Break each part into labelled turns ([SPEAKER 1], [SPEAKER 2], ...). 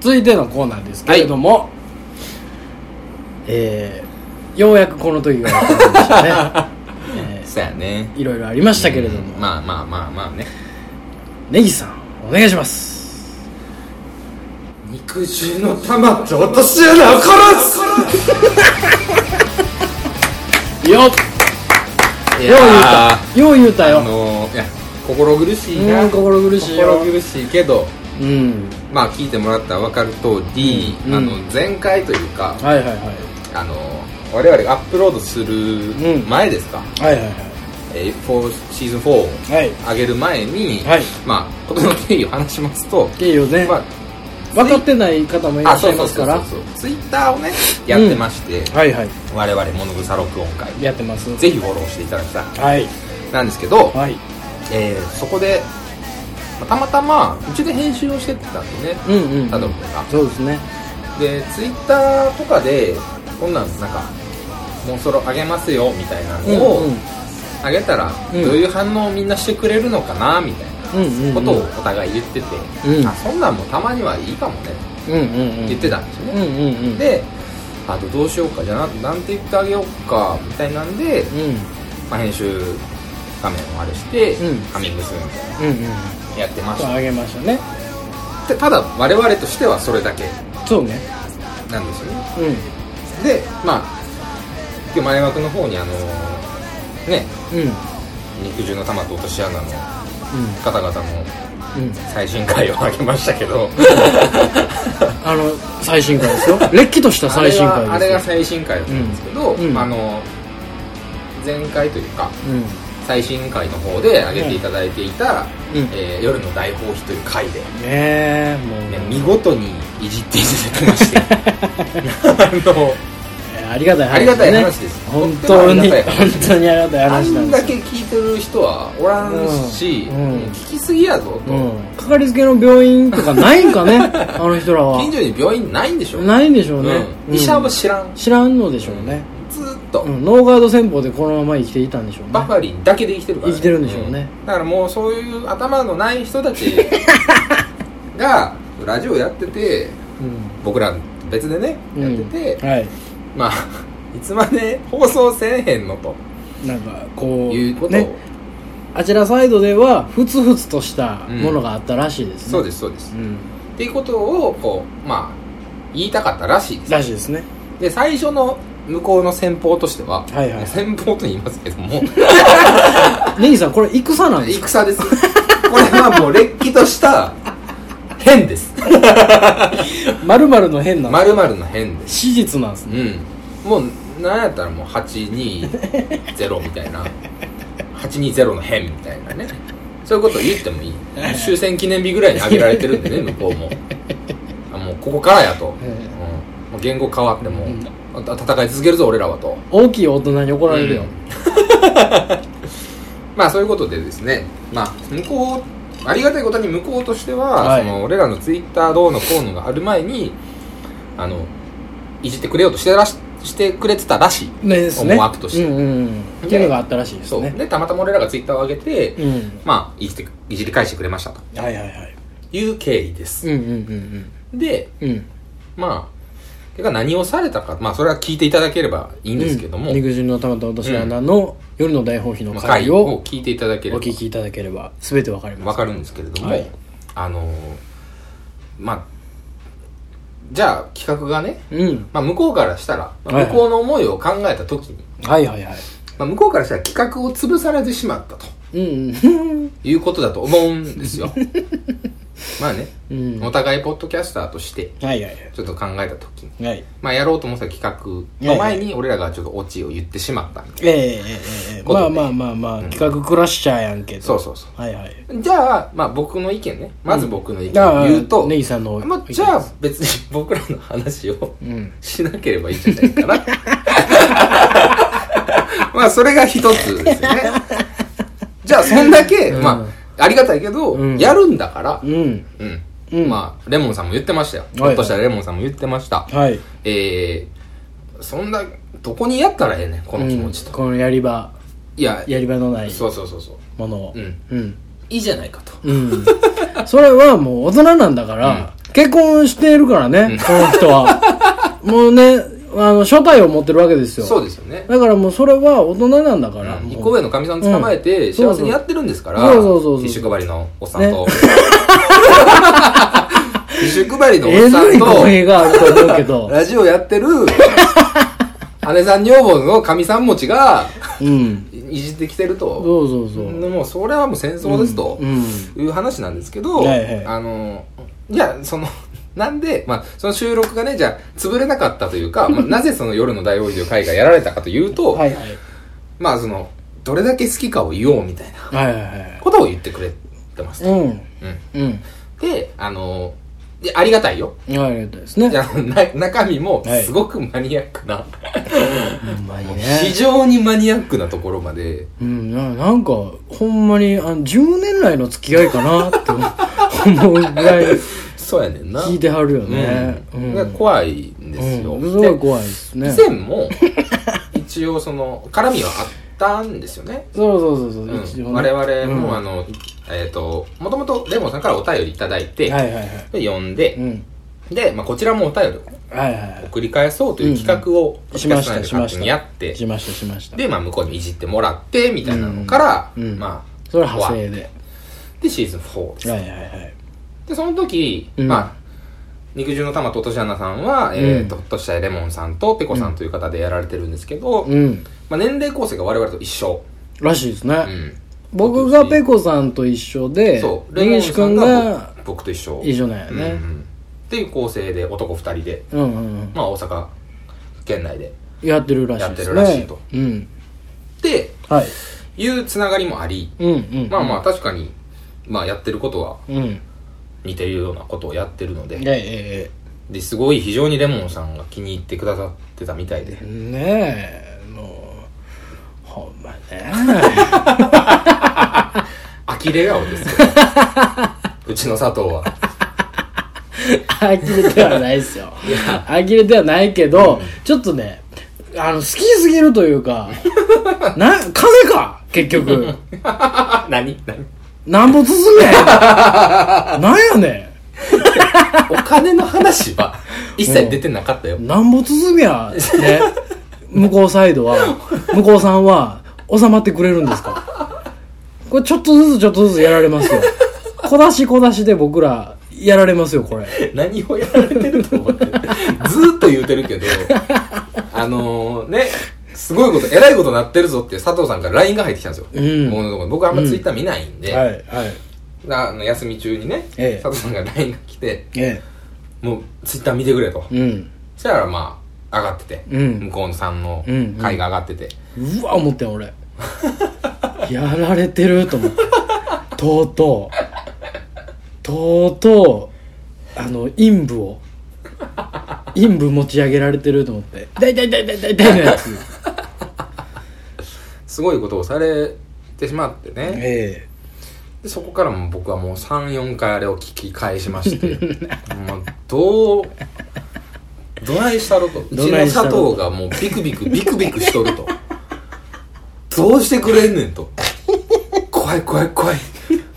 [SPEAKER 1] 続いてのコーナーですけれども、えーようやくこの時がやってきました ね、え
[SPEAKER 2] そうやね
[SPEAKER 1] ーいろいろありましたけれども、
[SPEAKER 2] まあまあまあまあね
[SPEAKER 1] ネギさんお願いします
[SPEAKER 2] 肉汁の玉って私やな殺
[SPEAKER 1] よっ
[SPEAKER 2] すい
[SPEAKER 1] よう言う
[SPEAKER 2] や
[SPEAKER 1] たよう言うた
[SPEAKER 2] ーあ
[SPEAKER 1] よ、
[SPEAKER 2] のーいや心苦しい
[SPEAKER 1] うん
[SPEAKER 2] な
[SPEAKER 1] 心苦しいよ
[SPEAKER 2] 心苦しいけど
[SPEAKER 1] うん
[SPEAKER 2] まあ聞いてもらったら分かる通り、
[SPEAKER 1] うん
[SPEAKER 2] あの前回というか、
[SPEAKER 1] はいはいはい
[SPEAKER 2] あのー我々がアップロードする前ですか、
[SPEAKER 1] はいはいは
[SPEAKER 2] えーフォーシーズン4を
[SPEAKER 1] いはい
[SPEAKER 2] 上げる前に、
[SPEAKER 1] はい
[SPEAKER 2] まあことの経緯を話しますと、
[SPEAKER 1] いいよね、
[SPEAKER 2] まあ
[SPEAKER 1] 分かってない方もいら
[SPEAKER 2] あ
[SPEAKER 1] っし
[SPEAKER 2] そ
[SPEAKER 1] ゃ
[SPEAKER 2] う
[SPEAKER 1] い
[SPEAKER 2] そ
[SPEAKER 1] ま
[SPEAKER 2] う
[SPEAKER 1] す
[SPEAKER 2] そ
[SPEAKER 1] か
[SPEAKER 2] う
[SPEAKER 1] ら
[SPEAKER 2] そうツイッターをねやってまして、
[SPEAKER 1] はいはい
[SPEAKER 2] 我々モノグサ録音会
[SPEAKER 1] やってます
[SPEAKER 2] ぜひフォローしていただきたい
[SPEAKER 1] はい
[SPEAKER 2] なんですけど、
[SPEAKER 1] はい
[SPEAKER 2] えーそこでまあたまたまうちで編集をしてたんでね
[SPEAKER 1] うんうん
[SPEAKER 2] ただ僕が
[SPEAKER 1] そうですね
[SPEAKER 2] でツイッターとかでこんなんなんかもうそろ上げますよみたいなのを
[SPEAKER 1] うんうん
[SPEAKER 2] 上げたらど
[SPEAKER 1] うん
[SPEAKER 2] ういう反応をみんなしてくれるのかなみたい
[SPEAKER 1] うんうんうん
[SPEAKER 2] なことをお互い言ってて、
[SPEAKER 1] うん
[SPEAKER 2] あそんなんもたまにはいいかもね
[SPEAKER 1] うんうんうん
[SPEAKER 2] 言ってたんですよね、
[SPEAKER 1] うんうんうん
[SPEAKER 2] であとどうしようかじゃあななんて言ってあげようかみたいなんで、
[SPEAKER 1] うん
[SPEAKER 2] まあ、編集画面をあれして、
[SPEAKER 1] うん
[SPEAKER 2] ハミングするみたいな
[SPEAKER 1] うんうん
[SPEAKER 2] のやってまし
[SPEAKER 1] と
[SPEAKER 2] た
[SPEAKER 1] あげましたね
[SPEAKER 2] でただ我々としてはそれだけ
[SPEAKER 1] そうね
[SPEAKER 2] なんですよね
[SPEAKER 1] う
[SPEAKER 2] でまあ今日前枠の方にあのね
[SPEAKER 1] んうんうん
[SPEAKER 2] 肉汁の玉と落とし穴の方々の
[SPEAKER 1] うん
[SPEAKER 2] 最新回をあげましたけ ど
[SPEAKER 1] あの最新回 ですよれっきとした最新回です
[SPEAKER 2] あれはあれが
[SPEAKER 1] よ
[SPEAKER 2] 最新回だったんですけど、
[SPEAKER 1] うんうん
[SPEAKER 2] あの前回というか
[SPEAKER 1] うん
[SPEAKER 2] 最新回の方で上げていただいていた、
[SPEAKER 1] うん
[SPEAKER 2] えー夜の大放棄という回で、ね、
[SPEAKER 1] ねえもう
[SPEAKER 2] 見事にいじっていただきまして あの
[SPEAKER 1] えーありがたい話
[SPEAKER 2] ありがたい話です
[SPEAKER 1] 本当に本
[SPEAKER 2] とってもありがたい話
[SPEAKER 1] 当にありがたい
[SPEAKER 2] あ
[SPEAKER 1] 話なん
[SPEAKER 2] ん
[SPEAKER 1] で
[SPEAKER 2] だ
[SPEAKER 1] す
[SPEAKER 2] け
[SPEAKER 1] よ
[SPEAKER 2] 聞いてる人はおらんし、
[SPEAKER 1] うんうん
[SPEAKER 2] もう聞きすぎやぞと、
[SPEAKER 1] うんかかりつけの病院とかないんかね あの人らは
[SPEAKER 2] 近所に病院ないんでしょ
[SPEAKER 1] ないんでしょうね
[SPEAKER 2] う
[SPEAKER 1] うん
[SPEAKER 2] ん、医者は知らん、
[SPEAKER 1] 知らんのでしょうね
[SPEAKER 2] ずーっと、
[SPEAKER 1] うんノーガード戦法でこのまま生きていたんでしょうね
[SPEAKER 2] バファリンだけで生きてるから、
[SPEAKER 1] 生きてるんでしょうね
[SPEAKER 2] んだからもうそういう頭のない人た ちがラジオやってて
[SPEAKER 1] うん
[SPEAKER 2] 僕ら別でねやってて、
[SPEAKER 1] うんはい
[SPEAKER 2] まあいつまで放送せえへんのと
[SPEAKER 1] なんかこ
[SPEAKER 2] いうこ
[SPEAKER 1] う
[SPEAKER 2] とを、
[SPEAKER 1] ねあちらサイドではふつふつとしたものがあったらしいですね
[SPEAKER 2] そうですすそうです、
[SPEAKER 1] ん
[SPEAKER 2] っていうことをこうまあ言いたかったらしいです
[SPEAKER 1] らしいですね
[SPEAKER 2] で最初の向こうの戦法としては、
[SPEAKER 1] はいはい
[SPEAKER 2] 戦法と言いますけ ども
[SPEAKER 1] ネギさんこれ戦なんですか
[SPEAKER 2] 戦ですこれはもうれっきとした変です
[SPEAKER 1] まる まるの変な
[SPEAKER 2] まるまるの変です
[SPEAKER 1] 史実なんですね
[SPEAKER 2] うんもうなんやったらもう820みたいな820の変みたいなねそういうことを言ってもいい終戦記念日ぐらいに上げられてるんで ね向こうもあもうここからやと、
[SPEAKER 1] ええ
[SPEAKER 2] うん、もう言語変わっても、あ戦い続けるぞ俺らはと
[SPEAKER 1] 大きい大人に怒られるよ
[SPEAKER 2] うん まあそういうことでですねまあ向こうありがたいことに向こうとしては、
[SPEAKER 1] はい
[SPEAKER 2] その俺らのツイッターどうのこうのがある前にあのいじってくれようとしてらししてくれてたらしい
[SPEAKER 1] ねですね
[SPEAKER 2] 思惑として
[SPEAKER 1] うんうんうん
[SPEAKER 2] で
[SPEAKER 1] っていうのがあったらしいです
[SPEAKER 2] そう
[SPEAKER 1] ね
[SPEAKER 2] でたまたま俺らがツイッターを上げて、
[SPEAKER 1] うん
[SPEAKER 2] まあいじっていじり返してくれましたと
[SPEAKER 1] はいはいはい
[SPEAKER 2] いう経緯です
[SPEAKER 1] うん、うんうん
[SPEAKER 2] で
[SPEAKER 1] うんうん
[SPEAKER 2] まあ結果何をされたかまあそれは聞いていただければいいんですけども、
[SPEAKER 1] うん肉汁の玉と落とし穴の夜の大放棄の
[SPEAKER 2] まあ回
[SPEAKER 1] 回
[SPEAKER 2] を
[SPEAKER 1] を
[SPEAKER 2] 聞いていただけ
[SPEAKER 1] お
[SPEAKER 2] れば
[SPEAKER 1] 聞きいただければ全てわかりま
[SPEAKER 2] わ
[SPEAKER 1] す
[SPEAKER 2] かるんですけれども、
[SPEAKER 1] はい
[SPEAKER 2] あのーまあじゃあ企画がね、
[SPEAKER 1] うん
[SPEAKER 2] まあ、向こうからしたら、まあ
[SPEAKER 1] はいはい
[SPEAKER 2] 向こうの思いを考えた時に、
[SPEAKER 1] はいはいはい
[SPEAKER 2] まあ、向こうからしたら企画を潰されてしまったと
[SPEAKER 1] うんうん
[SPEAKER 2] いうことだと思うんですよまあね、
[SPEAKER 1] うん
[SPEAKER 2] お互いポッドキャスターとして
[SPEAKER 1] はいはい
[SPEAKER 2] ちょっと考えた時に、
[SPEAKER 1] はい
[SPEAKER 2] まあ、やろうと思ってた企画の前に俺らがちょっとオチを言ってしまったみたい
[SPEAKER 1] ええええええ
[SPEAKER 2] こ
[SPEAKER 1] ま
[SPEAKER 2] とで
[SPEAKER 1] あまあまあまあ企画クラッシャーやんけど
[SPEAKER 2] そうそうそう
[SPEAKER 1] はいはい
[SPEAKER 2] なじゃあ、まあ、僕の意見ねまず僕の意見
[SPEAKER 1] あ
[SPEAKER 2] を
[SPEAKER 1] あ
[SPEAKER 2] 言うと、
[SPEAKER 1] ネギさんの
[SPEAKER 2] まあ、じゃあ別に僕らの話を
[SPEAKER 1] うん
[SPEAKER 2] しなければいいんじゃないか なまあそれが一つですよねじゃあそんだけ、
[SPEAKER 1] うん
[SPEAKER 2] まあありがたいけど、
[SPEAKER 1] うん
[SPEAKER 2] やるんだから
[SPEAKER 1] うん
[SPEAKER 2] うん、
[SPEAKER 1] うん
[SPEAKER 2] まあレモンさんも言ってましたよ
[SPEAKER 1] い
[SPEAKER 2] ひょっとしたらレモンさんも言ってました、
[SPEAKER 1] はい
[SPEAKER 2] えー、そんなどこにやったらええねんこの気持ち
[SPEAKER 1] う
[SPEAKER 2] と
[SPEAKER 1] ん、このやり場
[SPEAKER 2] いや
[SPEAKER 1] やり場のない
[SPEAKER 2] そうそうそうそう
[SPEAKER 1] ものを
[SPEAKER 2] うん
[SPEAKER 1] うん
[SPEAKER 2] いいじゃないかと
[SPEAKER 1] うんそれはもう大人なんだから、結婚してるからね、この人 は。もうね、あの、初体を持ってるわけですよ。
[SPEAKER 2] そうですよね
[SPEAKER 1] だからもうそれは大人なんだから。もう
[SPEAKER 2] 一個上のかみさん捕まえ
[SPEAKER 1] う
[SPEAKER 2] て
[SPEAKER 1] んそうそう
[SPEAKER 2] 幸せにやってるんですから、
[SPEAKER 1] そうそうそうそう
[SPEAKER 2] ティッシュ配りのおっさ んと、ティッシュ配りのお
[SPEAKER 1] え
[SPEAKER 2] っさ
[SPEAKER 1] ず
[SPEAKER 2] ん
[SPEAKER 1] い語弊
[SPEAKER 2] と
[SPEAKER 1] があると思うけど。
[SPEAKER 2] ラジオやってる姉さん女房のかみさん持ちが
[SPEAKER 1] うん。
[SPEAKER 2] いじってきてると
[SPEAKER 1] そうそうそう。
[SPEAKER 2] でもうそれはもう戦争ですと、
[SPEAKER 1] うん。
[SPEAKER 2] いう話なんですけど、
[SPEAKER 1] はいはい
[SPEAKER 2] あのじゃあそのなんで、まあ、その収録がねじゃあ潰れなかったというか、まあ、なぜその夜の大王女会がやられたかとい うと、
[SPEAKER 1] はいはい。
[SPEAKER 2] まあそのどれだけ好きかを言おうみたいな
[SPEAKER 1] はいはいはい。
[SPEAKER 2] ことを言ってくれてます
[SPEAKER 1] う
[SPEAKER 2] と、
[SPEAKER 1] ん。
[SPEAKER 2] うん
[SPEAKER 1] うん。
[SPEAKER 2] であのでありがたいよ
[SPEAKER 1] ありがたいですね
[SPEAKER 2] い。やな中身も
[SPEAKER 1] はい
[SPEAKER 2] すごくマニアックな、
[SPEAKER 1] ほんまに
[SPEAKER 2] 非
[SPEAKER 1] ね。
[SPEAKER 2] 常にマニアックなところまで
[SPEAKER 1] うん、ななんか、ほんまに、あの、10年来の付き合いかなって思う思うぐらい
[SPEAKER 2] そうやねんな
[SPEAKER 1] 聞いてはるよね。
[SPEAKER 2] う
[SPEAKER 1] うんん。
[SPEAKER 2] が怖いんですよ、
[SPEAKER 1] うんすごい怖いですね。
[SPEAKER 2] 以前も 一応その絡みはあったんですよね、
[SPEAKER 1] そうそうそうそうう、一応
[SPEAKER 2] ん、
[SPEAKER 1] ね
[SPEAKER 2] 我々
[SPEAKER 1] うん
[SPEAKER 2] もあの、えっ、ともともとレモンさんからお便りいただいて、
[SPEAKER 1] はいはいはい
[SPEAKER 2] で読んで
[SPEAKER 1] う、ん
[SPEAKER 2] で、まあ、こちらもお便りを
[SPEAKER 1] はいは
[SPEAKER 2] 送り返そうという企画を
[SPEAKER 1] いしました
[SPEAKER 2] ポッドキャス
[SPEAKER 1] し
[SPEAKER 2] ト内
[SPEAKER 1] まし
[SPEAKER 2] で勝手
[SPEAKER 1] た
[SPEAKER 2] にやって
[SPEAKER 1] しましたしました
[SPEAKER 2] で、まあ、向こうにいじってもらってみたいなのから、
[SPEAKER 1] うんうん
[SPEAKER 2] まあ
[SPEAKER 1] それは派生で
[SPEAKER 2] でシーズン4です、
[SPEAKER 1] はいはいはい
[SPEAKER 2] でその時、
[SPEAKER 1] うん
[SPEAKER 2] まあ肉汁の玉ととしあなさんは、えーと、としたいレモンさんとペコさんという方でやられてるんですけど、
[SPEAKER 1] うん
[SPEAKER 2] まあ、年齢構成が我々と一緒、
[SPEAKER 1] らしいです
[SPEAKER 2] う
[SPEAKER 1] ね
[SPEAKER 2] ん、
[SPEAKER 1] 僕がペコさんと一緒で
[SPEAKER 2] そう、レモ
[SPEAKER 1] 根
[SPEAKER 2] ン
[SPEAKER 1] 岸
[SPEAKER 2] さ
[SPEAKER 1] 君
[SPEAKER 2] んが
[SPEAKER 1] が
[SPEAKER 2] 僕僕と一緒。
[SPEAKER 1] 一緒なんや
[SPEAKER 2] う
[SPEAKER 1] ね
[SPEAKER 2] んうんっていう構成で男二人で、
[SPEAKER 1] うんうんうん
[SPEAKER 2] まあ大阪県内で。
[SPEAKER 1] やってるらしいですね
[SPEAKER 2] やってるらしいと
[SPEAKER 1] うん
[SPEAKER 2] って
[SPEAKER 1] はい
[SPEAKER 2] いうつながりもあり、
[SPEAKER 1] うんうん
[SPEAKER 2] まあまあ確かに、まあやってることは
[SPEAKER 1] うん
[SPEAKER 2] 似てるようなことをやってるので、
[SPEAKER 1] え
[SPEAKER 2] ですごい非常にレモンさんが気に入ってくださってたみたいで
[SPEAKER 1] え。ねえもうほんま ね
[SPEAKER 2] 呆れ顔ですよ。 うちの佐藤は。
[SPEAKER 1] 呆れてはないですよ呆れてはないけど、ちょっとねあの好きすぎるというかな金か結 局
[SPEAKER 2] 何何
[SPEAKER 1] なんぼ進めやなんやね
[SPEAKER 2] お金の話は一切出てなかったよ
[SPEAKER 1] ん。なんぼ進めやね向こうサイドは向こうさんは収まってくれるんですかこれちょっとずつちょっとずつやられますよ小出し小出しで僕らやられますよこれ
[SPEAKER 2] 何をやられてると思ってずーっと言うてる けどあのねすごいことえらいことなってるぞっていう佐藤さんから LINE が入ってきたんですよ、
[SPEAKER 1] うん
[SPEAKER 2] 僕のとこに僕あんまツイッター見ないんで、
[SPEAKER 1] はいはい
[SPEAKER 2] あの休み中にね、
[SPEAKER 1] ええ
[SPEAKER 2] 佐藤さんが LINE が来て
[SPEAKER 1] え
[SPEAKER 2] もうツイッター見てくれと、
[SPEAKER 1] えうん
[SPEAKER 2] そしたらまあ上がってて、
[SPEAKER 1] うん
[SPEAKER 2] 向こうのさんの
[SPEAKER 1] うんうん
[SPEAKER 2] 会が上がってて、
[SPEAKER 1] うわ思ったよ俺やられてると思ってとうとうとうとうあの陰部を陰部持ち上げられてると思って「痛い痛い痛い痛い痛い痛い」のやつ
[SPEAKER 2] すごいことをされてしまってね
[SPEAKER 1] え
[SPEAKER 2] でそこからも僕はもう34回あれを聞き返しまして もうどうどないしたろとう
[SPEAKER 1] ど
[SPEAKER 2] ちの
[SPEAKER 1] ないした
[SPEAKER 2] 佐
[SPEAKER 1] ろ
[SPEAKER 2] 藤がもうビクビクビクビクしとるとどうしてくれんねんと怖い怖い怖い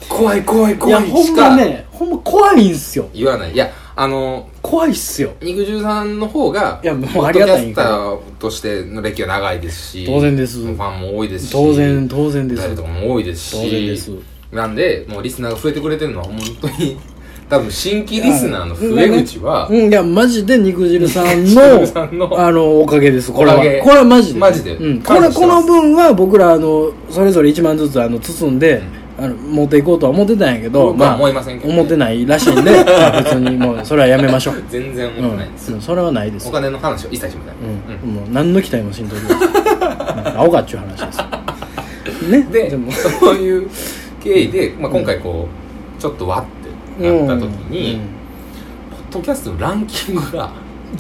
[SPEAKER 2] 怖い怖い
[SPEAKER 1] えいや
[SPEAKER 2] 怖い
[SPEAKER 1] ほ
[SPEAKER 2] し
[SPEAKER 1] んま
[SPEAKER 2] か
[SPEAKER 1] ねほんま怖いんすよ
[SPEAKER 2] 言わないいやあの
[SPEAKER 1] 怖いっすよ
[SPEAKER 2] 肉汁さんの方が
[SPEAKER 1] いやもう
[SPEAKER 2] ポッ
[SPEAKER 1] あ
[SPEAKER 2] ド
[SPEAKER 1] り
[SPEAKER 2] キ
[SPEAKER 1] が
[SPEAKER 2] ャ
[SPEAKER 1] たいん
[SPEAKER 2] ス
[SPEAKER 1] や
[SPEAKER 2] タ
[SPEAKER 1] けど
[SPEAKER 2] ーとしての歴は長いですし
[SPEAKER 1] 当然です
[SPEAKER 2] ファンも多いですし
[SPEAKER 1] 当然当然です
[SPEAKER 2] 誰とかも多いですし
[SPEAKER 1] 当然です
[SPEAKER 2] なんでもうリスナーが増えてくれてるのは本当に 多分新規リスナーの増え口は
[SPEAKER 1] うんいやマジで肉汁さん
[SPEAKER 2] 肉汁さんの
[SPEAKER 1] のあのおかげですこれは
[SPEAKER 2] お
[SPEAKER 1] こ
[SPEAKER 2] かげ
[SPEAKER 1] れはマジで
[SPEAKER 2] マジで
[SPEAKER 1] うん、こ
[SPEAKER 2] 感謝
[SPEAKER 1] れ
[SPEAKER 2] して
[SPEAKER 1] こ
[SPEAKER 2] ま
[SPEAKER 1] の
[SPEAKER 2] す
[SPEAKER 1] 分は僕らあのそれぞれ1万ずつあの包んで、あの持っていこうとは思ってたんやけど
[SPEAKER 2] 僕は思いませんけどね
[SPEAKER 1] 思ってないらしいんで まあ別にもうそれはやめましょう
[SPEAKER 2] 全然
[SPEAKER 1] う
[SPEAKER 2] 思
[SPEAKER 1] ん、
[SPEAKER 2] ってないんですよ
[SPEAKER 1] うんそれはないです
[SPEAKER 2] お金の話を一切しません、
[SPEAKER 1] うん、もう何の期待もしんといてく ださいうん青がっちゅう話ですよね
[SPEAKER 2] うんで
[SPEAKER 1] も
[SPEAKER 2] そういう経緯で、まあ、今回こうちょっとわってなった時に、
[SPEAKER 1] うんうん
[SPEAKER 2] ポッドキャストのランキングが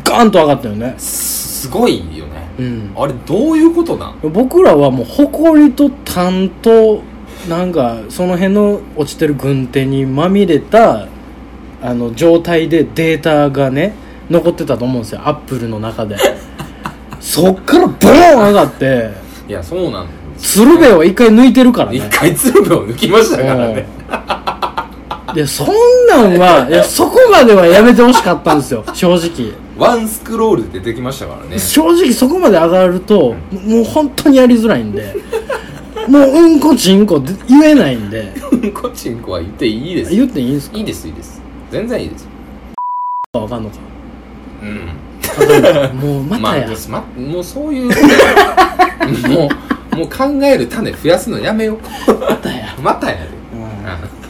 [SPEAKER 1] ガーンと上がったよね
[SPEAKER 2] すごいよね、
[SPEAKER 1] うん
[SPEAKER 2] あれどういうことなん
[SPEAKER 1] 僕らはもう誇りと担当なんかその辺の落ちてる軍手にまみれたあの状態でデータがね残ってたと思うんですよアップルの中 でそっからボーン上がって
[SPEAKER 2] いやそうなんです
[SPEAKER 1] 鶴瓶を一回抜いてるから
[SPEAKER 2] 一
[SPEAKER 1] ね
[SPEAKER 2] 回鶴瓶を抜きましたからね、
[SPEAKER 1] いやそんなんはいやそこまではやめてほしかったんですよ正直
[SPEAKER 2] ワンスクロールで出てきましたからね
[SPEAKER 1] 正直そこまで上がるともう本当にやりづらいん でもううんこちんこで言えないんで
[SPEAKER 2] うんこちんこは言っていいですい
[SPEAKER 1] 言っていいんですか
[SPEAKER 2] いですいいです全然いいです
[SPEAKER 1] わかんのか
[SPEAKER 2] うん
[SPEAKER 1] もうま
[SPEAKER 2] ま
[SPEAKER 1] た
[SPEAKER 2] あ
[SPEAKER 1] や、
[SPEAKER 2] もうまもうそ ういうもうもう考える種増やすのやめよ
[SPEAKER 1] またや
[SPEAKER 2] うまたやで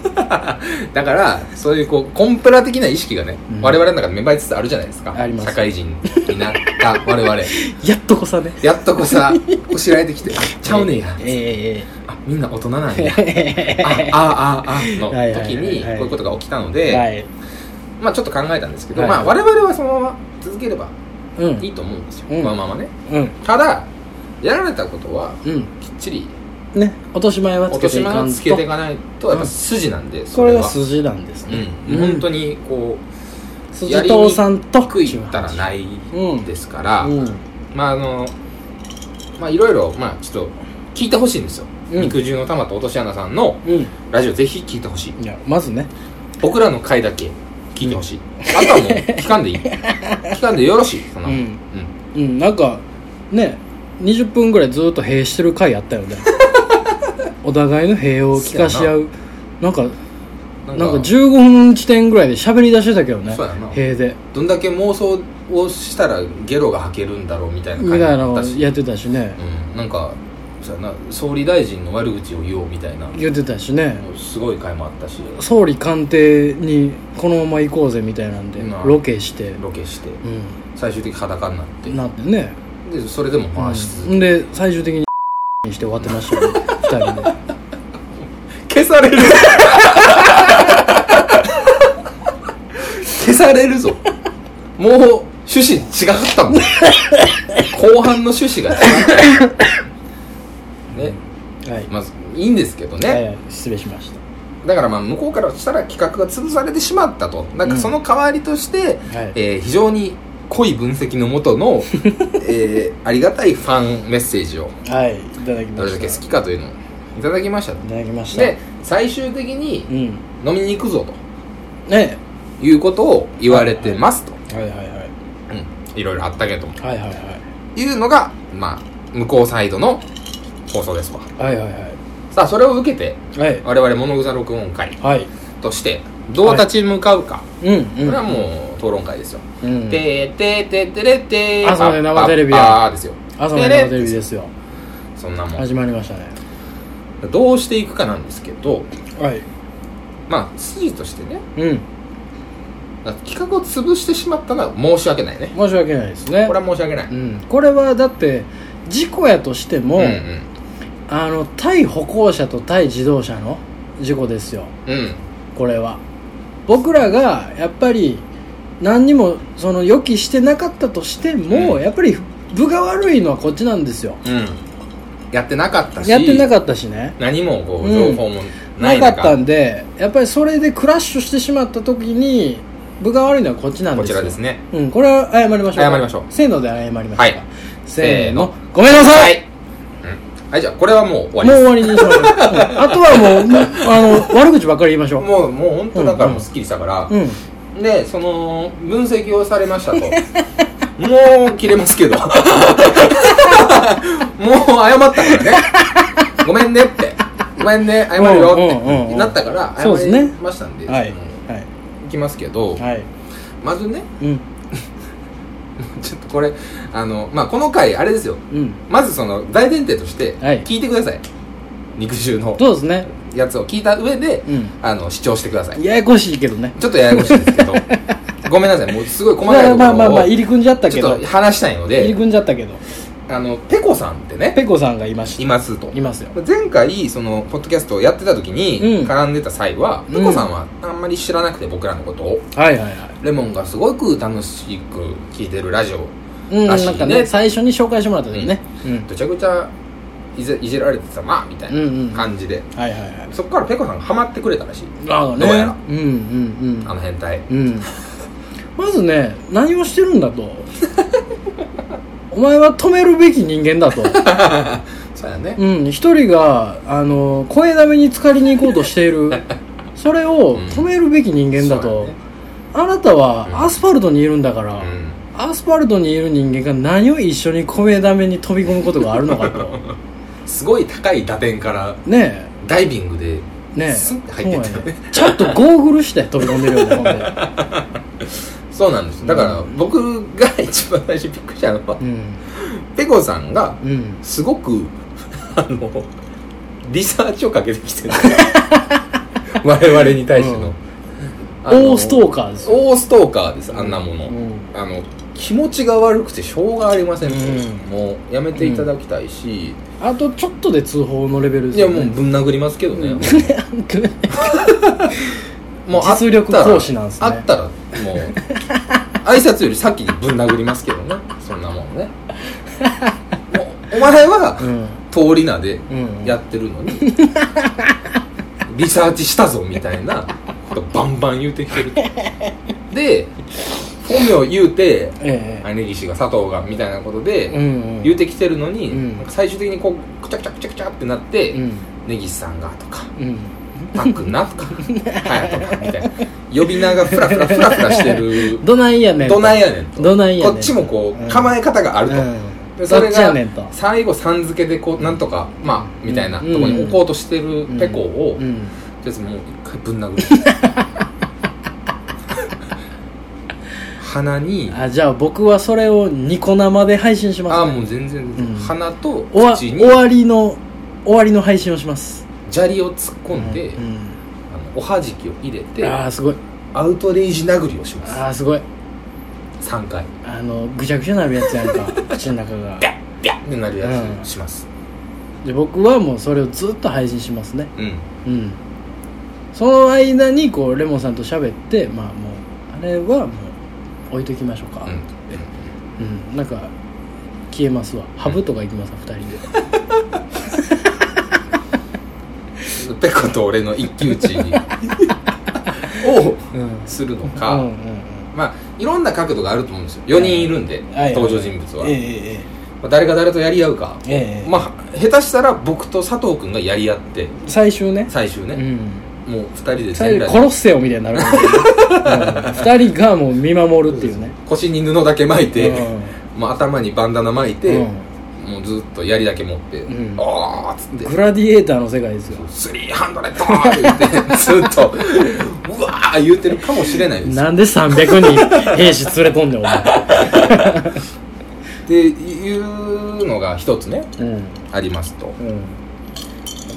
[SPEAKER 1] うん
[SPEAKER 2] だからそういうこうコンプラ的な意識がね、
[SPEAKER 1] うん
[SPEAKER 2] 我々の中で芽生えつつあるじゃないですか
[SPEAKER 1] あります
[SPEAKER 2] 社会人になった我々
[SPEAKER 1] やっとこさね
[SPEAKER 2] やっとこうさこう知られてきてあ「ちゃうねんや」
[SPEAKER 1] ええ
[SPEAKER 2] あみんな大人なんやああああの
[SPEAKER 1] はいはい
[SPEAKER 2] 時
[SPEAKER 1] はい
[SPEAKER 2] にこ
[SPEAKER 1] はいう
[SPEAKER 2] いうことが起きたの
[SPEAKER 1] ええ
[SPEAKER 2] で、
[SPEAKER 1] はい
[SPEAKER 2] まあちょっと考えたんですけど、
[SPEAKER 1] はい
[SPEAKER 2] まあ我々はそのまま続ければ
[SPEAKER 1] う
[SPEAKER 2] いい
[SPEAKER 1] ん
[SPEAKER 2] と思うんですよ、
[SPEAKER 1] うん
[SPEAKER 2] このままね
[SPEAKER 1] うん
[SPEAKER 2] ただやられたことは
[SPEAKER 1] うん
[SPEAKER 2] きっちり
[SPEAKER 1] ね落とし前はつ
[SPEAKER 2] 落と
[SPEAKER 1] けて
[SPEAKER 2] し
[SPEAKER 1] い
[SPEAKER 2] 前
[SPEAKER 1] か
[SPEAKER 2] を
[SPEAKER 1] ん
[SPEAKER 2] つけ
[SPEAKER 1] と
[SPEAKER 2] ていかないとやっぱ筋なんで、
[SPEAKER 1] これが筋なんですね、
[SPEAKER 2] うん、本当
[SPEAKER 1] に
[SPEAKER 2] にこ
[SPEAKER 1] 筋藤さんと
[SPEAKER 2] う低いったらないですから、
[SPEAKER 1] うん
[SPEAKER 2] まああのまあいろいろまあちょっと聞いてほしいんですよ、
[SPEAKER 1] うん
[SPEAKER 2] 肉汁の玉と落とし穴さんの
[SPEAKER 1] うん
[SPEAKER 2] ラジオぜひ聞いてほしい
[SPEAKER 1] いやまずね
[SPEAKER 2] 僕らの回だけ聞いてほしい、あとはもう聞かんでいい聞かんでよろしいそんなもん
[SPEAKER 1] う
[SPEAKER 2] うん
[SPEAKER 1] んうんなんかね20分ぐらいずっと塀してる回あったよ ねお互いの塀を聞かし合うなんかなんか15分地点ぐらいで喋り出してたけどね
[SPEAKER 2] そうやな
[SPEAKER 1] 塀で
[SPEAKER 2] どんだけ妄想をしたらゲロが吐けるんだろうみたいな
[SPEAKER 1] み
[SPEAKER 2] 感
[SPEAKER 1] た
[SPEAKER 2] じ
[SPEAKER 1] い
[SPEAKER 2] だ
[SPEAKER 1] な
[SPEAKER 2] っ
[SPEAKER 1] の
[SPEAKER 2] たし、
[SPEAKER 1] やってたしね
[SPEAKER 2] うん、なんかそうやな総理大臣の悪口を言おうみたいな
[SPEAKER 1] 言ってたしね
[SPEAKER 2] すごい回もあったし
[SPEAKER 1] 総理官邸にこのまま行こうぜみたいなんで
[SPEAKER 2] うん
[SPEAKER 1] ロケして
[SPEAKER 2] ロケして
[SPEAKER 1] う
[SPEAKER 2] 最終的に裸になって
[SPEAKER 1] んなってね
[SPEAKER 2] でそれでも回し続け、
[SPEAKER 1] うんで最終的に にして終わってましたよね二人 で
[SPEAKER 2] 消される消されるぞもう趣旨違かったもん後半の趣旨が違ったね
[SPEAKER 1] はい、
[SPEAKER 2] まずいいんですけどね、
[SPEAKER 1] はい、失礼しました
[SPEAKER 2] だからまあ向こうからしたら企画が潰されてしまったとなんかその代わりとして、
[SPEAKER 1] はい
[SPEAKER 2] えー非常に濃い分析のもとの、えーありがたいファンメッセージを
[SPEAKER 1] はいいただきました
[SPEAKER 2] どれだけ好きかというのをいただきました
[SPEAKER 1] いただきました
[SPEAKER 2] で最終的に
[SPEAKER 1] うん
[SPEAKER 2] 飲みに行くぞ
[SPEAKER 1] ね
[SPEAKER 2] ということを言われてますと、
[SPEAKER 1] はいはいはい
[SPEAKER 2] うん、いろいろあったけども
[SPEAKER 1] はいはいはい
[SPEAKER 2] いうのがまあ向こうサイドの放送ですわ
[SPEAKER 1] はいはいはい
[SPEAKER 2] さあそれを受けて
[SPEAKER 1] はい
[SPEAKER 2] 我々物草録音会
[SPEAKER 1] はい
[SPEAKER 2] としてどう立ち向かうか、
[SPEAKER 1] うんう
[SPEAKER 2] こ
[SPEAKER 1] ん
[SPEAKER 2] れはもう討論会ですよ
[SPEAKER 1] うん
[SPEAKER 2] てーてーてーてれてー
[SPEAKER 1] 朝の生テレビや
[SPEAKER 2] ああですよ
[SPEAKER 1] 朝の生テレビですよ
[SPEAKER 2] そんなもん
[SPEAKER 1] 始まりましたね
[SPEAKER 2] どうしていくかなんですけど
[SPEAKER 1] はい
[SPEAKER 2] まあ筋としてね
[SPEAKER 1] うん
[SPEAKER 2] 企画を潰してしまったのは申し訳ないね
[SPEAKER 1] 申し訳ないですね
[SPEAKER 2] これは申し訳ない、
[SPEAKER 1] うん、これはだって事故やとしても、
[SPEAKER 2] うん
[SPEAKER 1] あの対歩行者と対自動車の事故ですよ
[SPEAKER 2] うんうん
[SPEAKER 1] これは僕らがやっぱり何にもその予期してなかったとしても、
[SPEAKER 2] うん
[SPEAKER 1] やっぱり分が悪いのはこっちなんですよ
[SPEAKER 2] うんやってなかったし
[SPEAKER 1] やってなかったしね
[SPEAKER 2] 何もこう
[SPEAKER 1] う
[SPEAKER 2] 情
[SPEAKER 1] ん
[SPEAKER 2] 報もな
[SPEAKER 1] ないか
[SPEAKER 2] 中、
[SPEAKER 1] ったんでやっぱりそれでクラッシュしてしまった時に分が悪いのはこっちなん
[SPEAKER 2] こ
[SPEAKER 1] で
[SPEAKER 2] ち
[SPEAKER 1] すよ
[SPEAKER 2] らですね
[SPEAKER 1] うん、これは謝りましょう
[SPEAKER 2] 謝りましょう
[SPEAKER 1] せーので謝りましょうか、
[SPEAKER 2] はい
[SPEAKER 1] せー
[SPEAKER 2] せーの
[SPEAKER 1] のごめんなさい
[SPEAKER 2] はい、うん、はいじゃあこれはもう終わり
[SPEAKER 1] もう
[SPEAKER 2] で
[SPEAKER 1] 終
[SPEAKER 2] す
[SPEAKER 1] わりにしましょう、うんあとはもうもうあの悪口ばっかり言いましょう
[SPEAKER 2] もうもう本当だからもうすっきりしたから、
[SPEAKER 1] うん
[SPEAKER 2] でその分析をされましたと もう切れますけどもう謝ったからねごめんねってごめんね謝るよっ
[SPEAKER 1] うんうんうんう
[SPEAKER 2] て
[SPEAKER 1] ん
[SPEAKER 2] なったから謝
[SPEAKER 1] そうですね
[SPEAKER 2] りましたんで
[SPEAKER 1] はい
[SPEAKER 2] うん
[SPEAKER 1] はい
[SPEAKER 2] 行きますけど、
[SPEAKER 1] はい
[SPEAKER 2] まずね
[SPEAKER 1] うん
[SPEAKER 2] ちょっとこれあのまあこの回あれですよ
[SPEAKER 1] うん
[SPEAKER 2] まずその大前提として
[SPEAKER 1] はい
[SPEAKER 2] 聞いてください、肉汁の
[SPEAKER 1] そうですね
[SPEAKER 2] やつを聞いた上で、
[SPEAKER 1] うん
[SPEAKER 2] あの視聴してください
[SPEAKER 1] ややこしいけどね
[SPEAKER 2] ちょっとややこしいですけど ごめんなさいもうすごい細
[SPEAKER 1] ま
[SPEAKER 2] かいところ
[SPEAKER 1] あ
[SPEAKER 2] を
[SPEAKER 1] まあまあまあ入り組んじゃったけ
[SPEAKER 2] ちょ
[SPEAKER 1] ど
[SPEAKER 2] っと話したいの
[SPEAKER 1] 入り
[SPEAKER 2] で、
[SPEAKER 1] 組んじゃったけど
[SPEAKER 2] あの、ペコさんってね、
[SPEAKER 1] ペコさんがいまし
[SPEAKER 2] いますと
[SPEAKER 1] た。いますよ
[SPEAKER 2] 前回、その、ポッドキャストをやってた時
[SPEAKER 1] う
[SPEAKER 2] に、
[SPEAKER 1] ん
[SPEAKER 2] 絡んでた際は、
[SPEAKER 1] うん
[SPEAKER 2] ペコさんはあんまり知らなくて、僕らのことを。
[SPEAKER 1] はいはいは
[SPEAKER 2] レモンがすごく楽しく聴いてるラジオ。
[SPEAKER 1] いうん
[SPEAKER 2] らしいね
[SPEAKER 1] なんかね最初に紹介してもらった時ねうん
[SPEAKER 2] ぐちゃぐちゃいじいじられてたな、みたい
[SPEAKER 1] うんうん
[SPEAKER 2] な感じで。
[SPEAKER 1] はいはいはい
[SPEAKER 2] そこからペコさんがハマってくれたらしい。
[SPEAKER 1] ああね
[SPEAKER 2] どうやら
[SPEAKER 1] うんうん
[SPEAKER 2] あの変態。
[SPEAKER 1] うんうんまずね何をしてるんだと お前は止めるべき人間だと
[SPEAKER 2] そうやね。
[SPEAKER 1] うん、一人が、あの、声だめに浸かりに行こうとしている。それを
[SPEAKER 2] うん
[SPEAKER 1] 止めるべき人間だ
[SPEAKER 2] そう
[SPEAKER 1] と、
[SPEAKER 2] やね
[SPEAKER 1] あなた
[SPEAKER 2] うん
[SPEAKER 1] はアスファルトにいるんだから、アスファルトにいる人間が何を一緒に米だめに飛び込むことがあるのか と
[SPEAKER 2] うん、すごい高い打点から
[SPEAKER 1] ね
[SPEAKER 2] ダイビングで
[SPEAKER 1] えねえ
[SPEAKER 2] スンって
[SPEAKER 1] そう
[SPEAKER 2] 入
[SPEAKER 1] や
[SPEAKER 2] ってったよね
[SPEAKER 1] ねちょっとゴーグルして飛び込んでるよねほん で
[SPEAKER 2] そうなんですだから僕が一番最初びっくりしたのは、
[SPEAKER 1] うん
[SPEAKER 2] ペコさんが
[SPEAKER 1] うん
[SPEAKER 2] すごく あのリサーチをかけて きてる我々に対しての,、
[SPEAKER 1] うん
[SPEAKER 2] あの
[SPEAKER 1] 大ストーカーですよ
[SPEAKER 2] 大ストーカーですあんなもの、
[SPEAKER 1] うん
[SPEAKER 2] あの気持ちが悪くてしょうがありません、
[SPEAKER 1] うん
[SPEAKER 2] もうやめていただきたいし、
[SPEAKER 1] あとちょっとで通報のレベルで
[SPEAKER 2] い
[SPEAKER 1] す
[SPEAKER 2] や
[SPEAKER 1] よ
[SPEAKER 2] もう
[SPEAKER 1] ね
[SPEAKER 2] ぶん殴りますけどね、
[SPEAKER 1] うん
[SPEAKER 2] もうあった
[SPEAKER 1] 実
[SPEAKER 2] ら
[SPEAKER 1] 力行使なんですね
[SPEAKER 2] あったらもう挨拶より先にぶん殴りますけどねそんなもんねもうお前は
[SPEAKER 1] うん
[SPEAKER 2] 通り名で
[SPEAKER 1] うん
[SPEAKER 2] やってるのにリサーチしたぞみたいなことバンバン言うてきてるで本名言うて
[SPEAKER 1] ええ
[SPEAKER 2] 兄岸が佐藤がみたいなことで、
[SPEAKER 1] うんうん
[SPEAKER 2] 言うてきてるのに、
[SPEAKER 1] うん
[SPEAKER 2] なんか最終的にこうくちゃくちゃくちゃくちゃってなって、
[SPEAKER 1] うん
[SPEAKER 2] 根岸さんがとか
[SPEAKER 1] うん
[SPEAKER 2] たっくんなとかはやとかみたいな呼び名がフラフラフラフラしてる
[SPEAKER 1] どないやねんと
[SPEAKER 2] どないやねんと
[SPEAKER 1] どないやねん
[SPEAKER 2] こっちもこ
[SPEAKER 1] うん
[SPEAKER 2] う構え方があると、
[SPEAKER 1] うん
[SPEAKER 2] でそれ
[SPEAKER 1] どっちや
[SPEAKER 2] が
[SPEAKER 1] ねんと
[SPEAKER 2] 最後さん付けでこうなんとかまあみたいなとこに置こうとしてるペコを、
[SPEAKER 1] うん
[SPEAKER 2] とりあえずもう一回ぶん殴る鼻に
[SPEAKER 1] あじゃあ僕はそれをニコ生で配信します、
[SPEAKER 2] あ
[SPEAKER 1] ね、
[SPEAKER 2] あもう全然、
[SPEAKER 1] ん
[SPEAKER 2] 鼻と
[SPEAKER 1] おわ
[SPEAKER 2] 口に
[SPEAKER 1] 終わりの終わりの配信をします
[SPEAKER 2] 砂利を突っ込んで、
[SPEAKER 1] う
[SPEAKER 2] あのおはじきを入れて
[SPEAKER 1] ああすごい
[SPEAKER 2] アウトレイジ殴りをします
[SPEAKER 1] ああすごい
[SPEAKER 2] 3回
[SPEAKER 1] あのぐちゃぐちゃなるやつやんか口の中が
[SPEAKER 2] ビャッビャッってなるやつ
[SPEAKER 1] うん
[SPEAKER 2] をします
[SPEAKER 1] で僕はもうそれをずっと配信しますね
[SPEAKER 2] うん、
[SPEAKER 1] うんその間にこうレモンさんと喋ってまあもうあれはもう置いときましょうかうん、なんか消えますわハブとか行きますわ二人で
[SPEAKER 2] うん、ペコと俺の一騎打ち にを
[SPEAKER 1] うん
[SPEAKER 2] するのか、
[SPEAKER 1] うんうん
[SPEAKER 2] まあいろんな角度があると思うんですよ4人いるんで、
[SPEAKER 1] はい
[SPEAKER 2] 登場人物は、
[SPEAKER 1] えええ
[SPEAKER 2] まあ誰が誰とやり合うか、
[SPEAKER 1] えええ
[SPEAKER 2] まあ下手したら僕と佐藤君がやり合って
[SPEAKER 1] 最終ね
[SPEAKER 2] 最終ね、
[SPEAKER 1] うん
[SPEAKER 2] もう2人で
[SPEAKER 1] 最
[SPEAKER 2] 全
[SPEAKER 1] 後
[SPEAKER 2] 裸で
[SPEAKER 1] 殺せよみたいになるからうん二人がもう見守るっていうね
[SPEAKER 2] 腰に布だけ巻いて、
[SPEAKER 1] う
[SPEAKER 2] もう頭にバンダナ巻いて、
[SPEAKER 1] うん
[SPEAKER 2] もうずっと槍だけ持って「
[SPEAKER 1] うん
[SPEAKER 2] おーっつって
[SPEAKER 1] グラディエーターの世界ですよ
[SPEAKER 2] 「スリーハンドレッド!」って言 ってずっと「うわー!」言うてるかもしれないです
[SPEAKER 1] なんで300人兵士連れ込んでお前
[SPEAKER 2] っていうのが一つね
[SPEAKER 1] うん
[SPEAKER 2] ありますと
[SPEAKER 1] う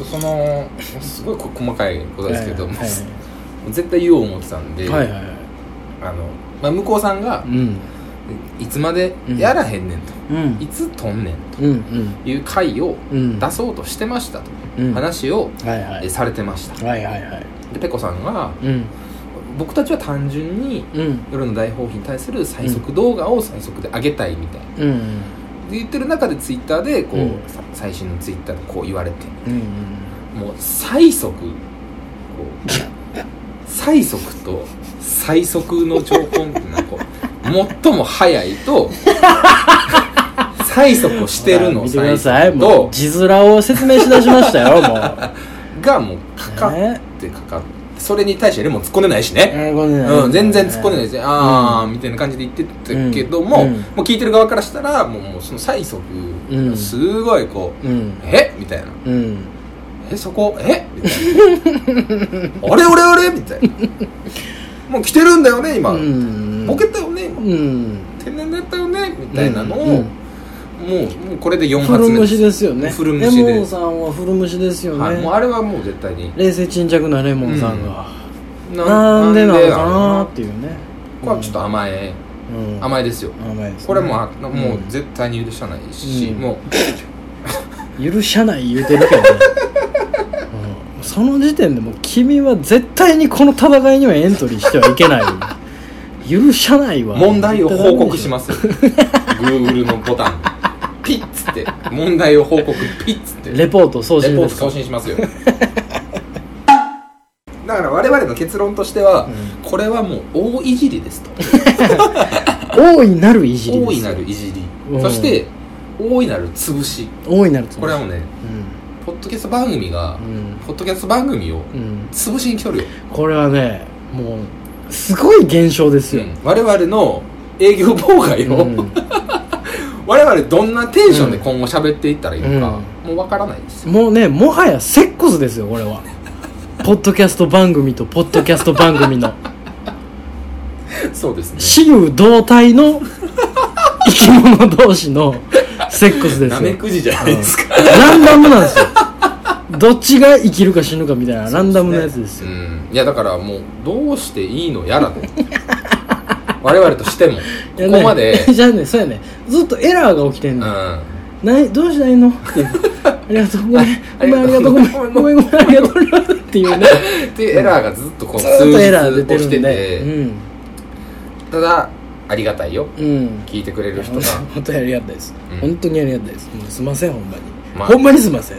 [SPEAKER 1] ん
[SPEAKER 2] そのすごいこ細かいことですけど、
[SPEAKER 1] はい
[SPEAKER 2] もう絶対言おう思ってたんで、
[SPEAKER 1] はいはいはいはい
[SPEAKER 2] あのまあ、向こうさんが
[SPEAKER 1] うん
[SPEAKER 2] 「いつまでやらへんねん」と
[SPEAKER 1] うん
[SPEAKER 2] 「いつとんねん」
[SPEAKER 1] うん
[SPEAKER 2] という回を
[SPEAKER 1] うんうん
[SPEAKER 2] 出そうとしてましたと、
[SPEAKER 1] うん
[SPEAKER 2] 話を
[SPEAKER 1] はいは
[SPEAKER 2] え
[SPEAKER 1] い
[SPEAKER 2] されてました
[SPEAKER 1] はいはいはい
[SPEAKER 2] でペコさんが
[SPEAKER 1] うん
[SPEAKER 2] 僕たちは単純に
[SPEAKER 1] うん
[SPEAKER 2] 夜の大放棄に対する最速動画を最速で上げたいみたいな、
[SPEAKER 1] うんうん
[SPEAKER 2] で言ってる中でツイッターでこう、
[SPEAKER 1] うん
[SPEAKER 2] さ最新のツイッターでこう言われて
[SPEAKER 1] うん
[SPEAKER 2] もう最速こう最速と最速の超根ってなこう最も速いと最速をしてる
[SPEAKER 1] ほら
[SPEAKER 2] の
[SPEAKER 1] 見てくだ
[SPEAKER 2] 最
[SPEAKER 1] さい
[SPEAKER 2] 速
[SPEAKER 1] も
[SPEAKER 2] と
[SPEAKER 1] う字面を説明しだしましたよもう
[SPEAKER 2] がもうか か
[SPEAKER 1] ね
[SPEAKER 2] ってかかってそれに対してレモン突っ込んでないしね、
[SPEAKER 1] えーごめんなさい
[SPEAKER 2] うん、全然突っ込んでないですね、ああみたいな感じで言ってたけども、
[SPEAKER 1] うんうん
[SPEAKER 2] もう聞いてる側からしたらもうもうその最速
[SPEAKER 1] うん
[SPEAKER 2] すごいこう
[SPEAKER 1] うん
[SPEAKER 2] 「えみたいな
[SPEAKER 1] うん
[SPEAKER 2] 「えそこえみたいな「あれ俺俺?」みたいな「もう来てるんだよね今、
[SPEAKER 1] うん
[SPEAKER 2] ボケたよね
[SPEAKER 1] う
[SPEAKER 2] 今
[SPEAKER 1] ん
[SPEAKER 2] 天然だったよね」みたいなのを、
[SPEAKER 1] うんうん
[SPEAKER 2] もうもうこれで4
[SPEAKER 1] 古
[SPEAKER 2] 発目
[SPEAKER 1] 虫ですよね
[SPEAKER 2] 古虫で
[SPEAKER 1] レモンさんは古虫ですよね、
[SPEAKER 2] はい、もうあれはもう絶対に
[SPEAKER 1] 冷静沈着なレモンさんが、なんでなのかなっていうね
[SPEAKER 2] これはちょっと甘え、
[SPEAKER 1] うん
[SPEAKER 2] 甘えですよ
[SPEAKER 1] 甘いですね
[SPEAKER 2] これもあもううん絶対に許さないし、
[SPEAKER 1] うん
[SPEAKER 2] もう
[SPEAKER 1] 許しゃない言うてるけどね、うん、その時点でもう君は絶対にこの戦いにはエントリーしてはいけない許しゃないわ
[SPEAKER 2] 問題を報告しますよ Google のボタンピッつって問題を報告ピッつってレ
[SPEAKER 1] レポート送信
[SPEAKER 2] ポー
[SPEAKER 1] で
[SPEAKER 2] ト
[SPEAKER 1] すか
[SPEAKER 2] 送信しますよ だから我々の結論としては、
[SPEAKER 1] う
[SPEAKER 2] これはもう大いじりですと
[SPEAKER 1] 大いなるいじりです
[SPEAKER 2] 大いなるいじり、
[SPEAKER 1] うん
[SPEAKER 2] そして大いなる潰し
[SPEAKER 1] 大いなるつも
[SPEAKER 2] こ
[SPEAKER 1] り
[SPEAKER 2] れはもうね
[SPEAKER 1] う
[SPEAKER 2] ポッドキャスト番組が、
[SPEAKER 1] うん
[SPEAKER 2] ポッドキャスト番組を
[SPEAKER 1] うん
[SPEAKER 2] 潰しに来とるよ、
[SPEAKER 1] これはねもうすごい現象ですよ、
[SPEAKER 2] うん我々の営業妨害を、
[SPEAKER 1] うん
[SPEAKER 2] 我々どんなテンションで今後喋っていったらいいのか、もうわからない ですよ
[SPEAKER 1] もうねもはやセックスですよこれはポッドキャスト番組とポッドキャスト番組の
[SPEAKER 2] そうですね
[SPEAKER 1] 雌雄同体 の生き物同士のセックスです
[SPEAKER 2] な
[SPEAKER 1] よ
[SPEAKER 2] めくじじゃないですか、
[SPEAKER 1] ランダムなんですよどっちが生きるか死ぬかみたいなランダムなやつです
[SPEAKER 2] う
[SPEAKER 1] よ
[SPEAKER 2] んいやだからもうどうしていいのやら と我々としてもこ
[SPEAKER 1] いやね
[SPEAKER 2] こ まで、
[SPEAKER 1] じゃあねそうやねずっとエラーが起きてん
[SPEAKER 2] うん
[SPEAKER 1] の、ないどうしたらいいのっていう ありがとうごめん
[SPEAKER 2] あ
[SPEAKER 1] ごめんありがとうごめんごめんごめんありがとうごめんっていうね
[SPEAKER 2] っていうエラーがずっとこう
[SPEAKER 1] ずーっとエラー
[SPEAKER 2] 数
[SPEAKER 1] 出
[SPEAKER 2] 日
[SPEAKER 1] てる
[SPEAKER 2] 起き
[SPEAKER 1] ん
[SPEAKER 2] て
[SPEAKER 1] で
[SPEAKER 2] て
[SPEAKER 1] うん
[SPEAKER 2] ただありがたいよ
[SPEAKER 1] うん
[SPEAKER 2] 聞いてくれる人
[SPEAKER 1] 本
[SPEAKER 2] が
[SPEAKER 1] 当 本当にありがたいです、
[SPEAKER 2] うん
[SPEAKER 1] 本当にありがたいですもうすいませんほんまに、
[SPEAKER 2] まあ
[SPEAKER 1] ほんまにすいません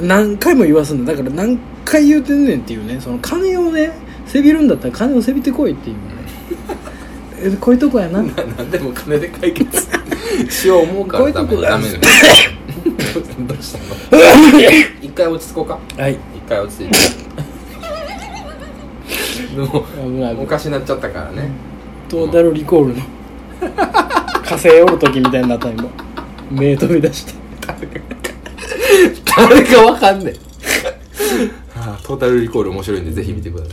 [SPEAKER 1] 何回も言わすんだだから何回言うてんねんっていうねその金をねせびるんだったら金をせびてこいっていうね えこういうとこやな
[SPEAKER 2] 何でも金で解決 しよう思うからダメ
[SPEAKER 1] こういうとこ
[SPEAKER 2] ダ
[SPEAKER 1] なん
[SPEAKER 2] メ
[SPEAKER 1] で
[SPEAKER 2] な
[SPEAKER 1] す
[SPEAKER 2] の どうしたの一回落ち着こうか
[SPEAKER 1] はい
[SPEAKER 2] 一回 落ち着いてでも
[SPEAKER 1] 危ない危な
[SPEAKER 2] お
[SPEAKER 1] い
[SPEAKER 2] かしなっちゃったからね
[SPEAKER 1] トータルリコールの火星おる時みたいになった今目飛び出して
[SPEAKER 2] 誰かわかんねえあートータルリコール面白いんでぜひ見てくださ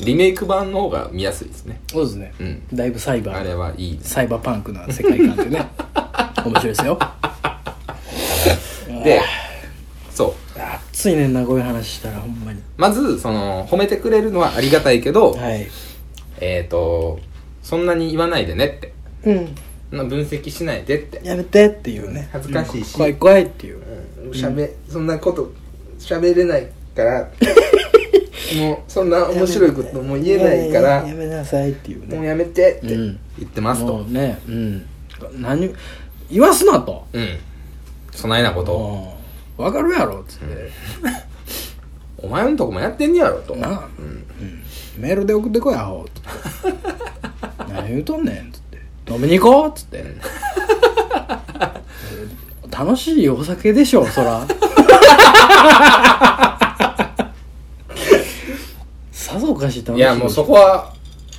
[SPEAKER 2] いリメイク版の方が見やすいですね
[SPEAKER 1] そうですね、
[SPEAKER 2] うん
[SPEAKER 1] だいぶサイバ
[SPEAKER 2] あ
[SPEAKER 1] ー
[SPEAKER 2] れはいいです
[SPEAKER 1] サイバーパンクな世界観で ね面白いですよ
[SPEAKER 2] でそう
[SPEAKER 1] 熱いねんなこういう話したらほんまに
[SPEAKER 2] まずその褒めてくれるのはありがたいけど、
[SPEAKER 1] はい
[SPEAKER 2] えっ、ー、とそんなに言わないでねって
[SPEAKER 1] うん
[SPEAKER 2] そんな分析しないでって
[SPEAKER 1] やめてっていうね
[SPEAKER 2] 恥ずかしいし
[SPEAKER 1] 怖い怖いっていう
[SPEAKER 2] しゃべそんなこと喋れないから もうそんな面白いことも言えないから
[SPEAKER 1] やめなさいっていう
[SPEAKER 2] もう
[SPEAKER 1] ね
[SPEAKER 2] やめてって
[SPEAKER 1] うん
[SPEAKER 2] 言ってますと
[SPEAKER 1] もうねうん何言わすなと
[SPEAKER 2] うんそないなことを
[SPEAKER 1] うんわかるやろっつって
[SPEAKER 2] お前のとこもやってんねやろと
[SPEAKER 1] なあ
[SPEAKER 2] うん
[SPEAKER 1] メールで送ってこいアホっつって 何言うとんねんっつって飲みに行こうっつって 楽しいお酒でしょそ らさぞかし楽しい
[SPEAKER 2] いやもうそこは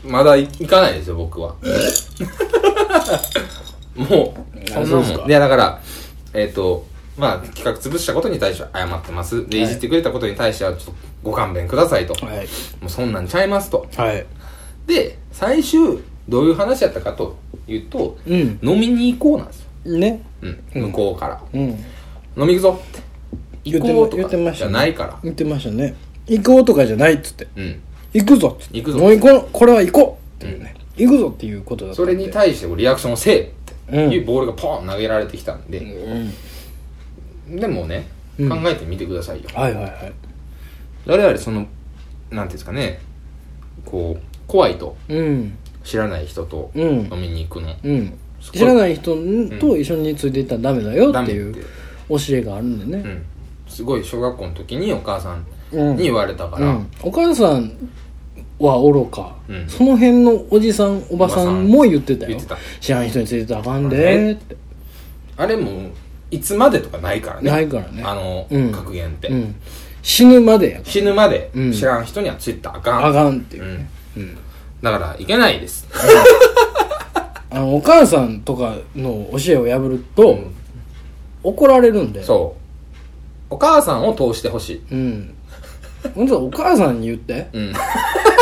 [SPEAKER 2] まだ行かないですよ僕 はもうそん
[SPEAKER 1] そうで
[SPEAKER 2] な
[SPEAKER 1] す
[SPEAKER 2] も
[SPEAKER 1] か
[SPEAKER 2] んいやだからえっ、とまあ企画潰したことに対しては謝ってますでいじってくれたことに対してはちょっとご勘弁くださいと、
[SPEAKER 1] はい
[SPEAKER 2] もうそんなんちゃいますと
[SPEAKER 1] はい
[SPEAKER 2] で最終どういう話やったかというと、
[SPEAKER 1] うん
[SPEAKER 2] 飲みに行こうなんですよ、
[SPEAKER 1] ね
[SPEAKER 2] うん
[SPEAKER 1] うん
[SPEAKER 2] 向こうから、
[SPEAKER 1] うん
[SPEAKER 2] 飲み行くぞって
[SPEAKER 1] 言
[SPEAKER 2] 行
[SPEAKER 1] って
[SPEAKER 2] こう
[SPEAKER 1] 言
[SPEAKER 2] と
[SPEAKER 1] ってま
[SPEAKER 2] か
[SPEAKER 1] し
[SPEAKER 2] じ
[SPEAKER 1] た
[SPEAKER 2] ゃ
[SPEAKER 1] ね
[SPEAKER 2] ないから
[SPEAKER 1] 言ってましたね行こうとかじゃないっつって
[SPEAKER 2] うん
[SPEAKER 1] 行くぞっつって
[SPEAKER 2] 行くぞ
[SPEAKER 1] もう行こうこれは行こうっていうね、行くぞっていうことだった
[SPEAKER 2] そ
[SPEAKER 1] んで
[SPEAKER 2] れに対してリアクションをせえって
[SPEAKER 1] うん
[SPEAKER 2] いうボールがポン投げられてきたんで、
[SPEAKER 1] うん
[SPEAKER 2] でもね、
[SPEAKER 1] うん
[SPEAKER 2] 考えてみてくださいよ
[SPEAKER 1] はいはいはい
[SPEAKER 2] 我々そのなんていうんですかねこう怖いと
[SPEAKER 1] うん
[SPEAKER 2] 知らない人と
[SPEAKER 1] うん
[SPEAKER 2] 飲みに行くの、
[SPEAKER 1] うん、
[SPEAKER 2] そこ
[SPEAKER 1] 知らない人と一緒についていったらダメだよっていう
[SPEAKER 2] ダメって
[SPEAKER 1] 教えがあるんで
[SPEAKER 2] う
[SPEAKER 1] ね、
[SPEAKER 2] んすごい小学校の時にお母さん
[SPEAKER 1] うん
[SPEAKER 2] に言われたか
[SPEAKER 1] う
[SPEAKER 2] ら、
[SPEAKER 1] ん、お母さんはおろか、
[SPEAKER 2] うん
[SPEAKER 1] その辺のおじさんおばさんも言ってたよ
[SPEAKER 2] 言ってた
[SPEAKER 1] 知らない人についてたらあかんでーって、
[SPEAKER 2] あれもいつまでとかないからね
[SPEAKER 1] ないからね
[SPEAKER 2] あの、
[SPEAKER 1] うん
[SPEAKER 2] 格言って、
[SPEAKER 1] うん、死ぬまでや
[SPEAKER 2] 死ぬまで
[SPEAKER 1] うん
[SPEAKER 2] 知らん人にはついたらあかん、
[SPEAKER 1] あかんっていうう、
[SPEAKER 2] ん、
[SPEAKER 1] うん
[SPEAKER 2] だからいけないです
[SPEAKER 1] あのお母さんとかの教えを破ると、
[SPEAKER 2] うん
[SPEAKER 1] 怒られるんで
[SPEAKER 2] そうお母さんを通してほしい、
[SPEAKER 1] う、ん、本当はお母さんに言って
[SPEAKER 2] うん、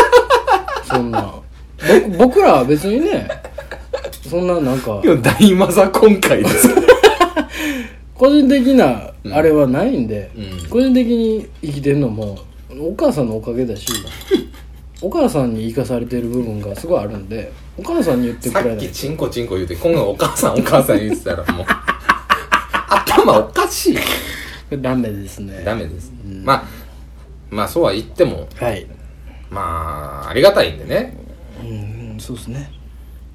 [SPEAKER 1] そんなぼ僕らは別にねそんななんか
[SPEAKER 2] 今大マザ今回 です
[SPEAKER 1] 個人的なあれはないんで、
[SPEAKER 2] うん
[SPEAKER 1] 個人的に生きてるのもお母さんのおかげだしお母さんに生かされてる部分がすごいあるんでお母さんに言ってく
[SPEAKER 2] さ
[SPEAKER 1] れな
[SPEAKER 2] っ
[SPEAKER 1] い
[SPEAKER 2] きチンコチンコ言うて今度お母さんお母さん言ってた らもう頭おかしい
[SPEAKER 1] ダメですね
[SPEAKER 2] ダメです、まあまあそうは言っても
[SPEAKER 1] はい、
[SPEAKER 2] まあありがたいんでね
[SPEAKER 1] うん、そうですね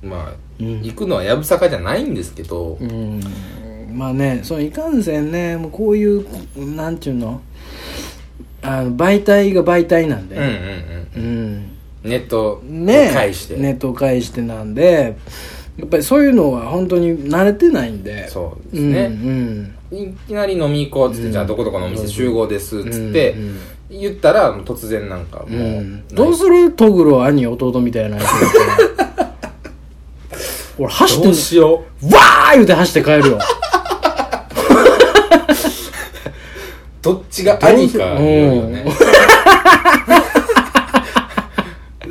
[SPEAKER 2] まあ、
[SPEAKER 1] うん
[SPEAKER 2] 行くのはやぶさかじゃないんですけど、
[SPEAKER 1] うんまあねそのいかんせんねもうこういうなんていうのあの媒体が媒体なん
[SPEAKER 2] うんうんう
[SPEAKER 1] で、う
[SPEAKER 2] ん
[SPEAKER 1] ん
[SPEAKER 2] ネットを
[SPEAKER 1] ね
[SPEAKER 2] 介して、
[SPEAKER 1] ネットを介してなんでやっぱりそういうのは本当に慣れてないんで
[SPEAKER 2] そうですね、
[SPEAKER 1] うんうん
[SPEAKER 2] いきなり飲み行こうっつって、
[SPEAKER 1] うん
[SPEAKER 2] じゃあどこどこのお店集合ですっつって、
[SPEAKER 1] うんうん
[SPEAKER 2] 言ったらもう突然なんかもう、
[SPEAKER 1] うんどうするトグロ兄弟みたいなや つだったら俺走って
[SPEAKER 2] ど
[SPEAKER 1] ん
[SPEAKER 2] うしよ
[SPEAKER 1] のわー言うて走って帰 るよ
[SPEAKER 2] うどっちが兄か
[SPEAKER 1] どうする
[SPEAKER 2] よね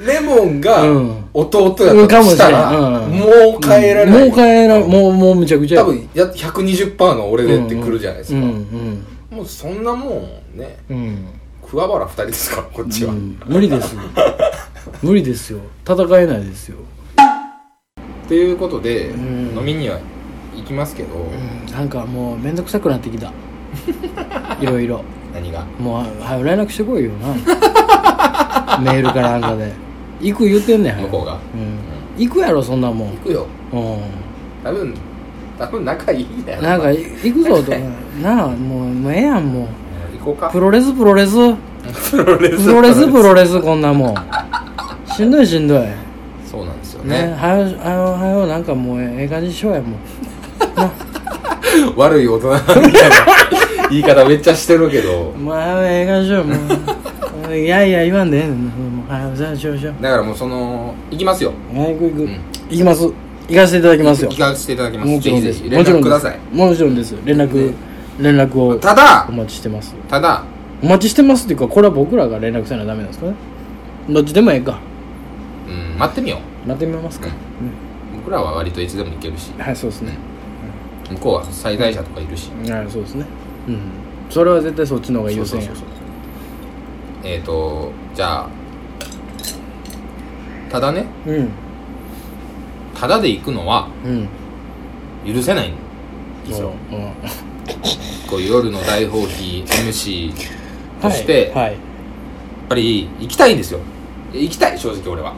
[SPEAKER 2] レモンが
[SPEAKER 1] うん
[SPEAKER 2] 弟だ
[SPEAKER 1] うん
[SPEAKER 2] った
[SPEAKER 1] か
[SPEAKER 2] と
[SPEAKER 1] もし
[SPEAKER 2] し
[SPEAKER 1] れ
[SPEAKER 2] た
[SPEAKER 1] ん
[SPEAKER 2] ら、
[SPEAKER 1] うん
[SPEAKER 2] もう変えられない、
[SPEAKER 1] もう変えられもうもうむちゃくちゃ
[SPEAKER 2] 多分や120%が俺でってくるじゃないですか、
[SPEAKER 1] うんうん
[SPEAKER 2] もうそんなもんね
[SPEAKER 1] うん
[SPEAKER 2] 桑原2人ですからこっちは、
[SPEAKER 1] うん無理ですよ 無理ですよ戦えないですよ
[SPEAKER 2] ということで、
[SPEAKER 1] うん
[SPEAKER 2] 飲みには行きますけど、
[SPEAKER 1] うんなんかもう面倒くさくなって きたいろいろ
[SPEAKER 2] 何が
[SPEAKER 1] もうは連絡してこいよな メールからなんかで行く言ってんねん
[SPEAKER 2] 向こうが
[SPEAKER 1] うん行くやろそんなもん、
[SPEAKER 2] 行くよ
[SPEAKER 1] う
[SPEAKER 2] 多分多分仲いいんだよ
[SPEAKER 1] ん、なんかい行くぞと なあもうもうええやんもう
[SPEAKER 2] 行こうか
[SPEAKER 1] プロレスプロレス
[SPEAKER 2] プロレ
[SPEAKER 1] プロレスプロレスこんな もんしんどいしんどいね
[SPEAKER 2] そうなんですよね
[SPEAKER 1] はよはよはよなんかもうええ感じにしようやもう
[SPEAKER 2] 悪い大人みたいな 言い方めっちゃしてるけど
[SPEAKER 1] もうはよええ感じしよう もういやいや言わんでええねんもうはよじゃあしようしよう
[SPEAKER 2] だからもうその行きますよ
[SPEAKER 1] はい行く行く、
[SPEAKER 2] うん
[SPEAKER 1] 行きます行かせていただきますよ
[SPEAKER 2] 行かせていただきます
[SPEAKER 1] もち
[SPEAKER 2] ぜ
[SPEAKER 1] ろ
[SPEAKER 2] ひ
[SPEAKER 1] ん
[SPEAKER 2] ぜ
[SPEAKER 1] です
[SPEAKER 2] ひ連
[SPEAKER 1] もちろ
[SPEAKER 2] 絡
[SPEAKER 1] ん
[SPEAKER 2] く
[SPEAKER 1] で
[SPEAKER 2] だ
[SPEAKER 1] す
[SPEAKER 2] さい
[SPEAKER 1] もちろんです連絡連絡を
[SPEAKER 2] ただ
[SPEAKER 1] お待ちしてます
[SPEAKER 2] ただ
[SPEAKER 1] お待ちしてますっていうかこれは僕らが連絡せなダメなんですかねどっちでもええか
[SPEAKER 2] うん待ってみよう
[SPEAKER 1] なってみますか、
[SPEAKER 2] 僕らは割といつでも行けるし
[SPEAKER 1] うんはいそうですね
[SPEAKER 2] 向こうは最大者とかいるし
[SPEAKER 1] はいそうですねうんそれは絶対そっちの方が
[SPEAKER 2] そ
[SPEAKER 1] 優
[SPEAKER 2] うそう
[SPEAKER 1] 先
[SPEAKER 2] そ
[SPEAKER 1] や
[SPEAKER 2] うそうえっ、ー、とじゃあただね
[SPEAKER 1] うん
[SPEAKER 2] ただで行くのは
[SPEAKER 1] うん
[SPEAKER 2] 許せないんです
[SPEAKER 1] そう
[SPEAKER 2] よこう夜の大放棄 MC として、やっ
[SPEAKER 1] はい
[SPEAKER 2] ぱり行きたいんですよ行きたい正直俺は、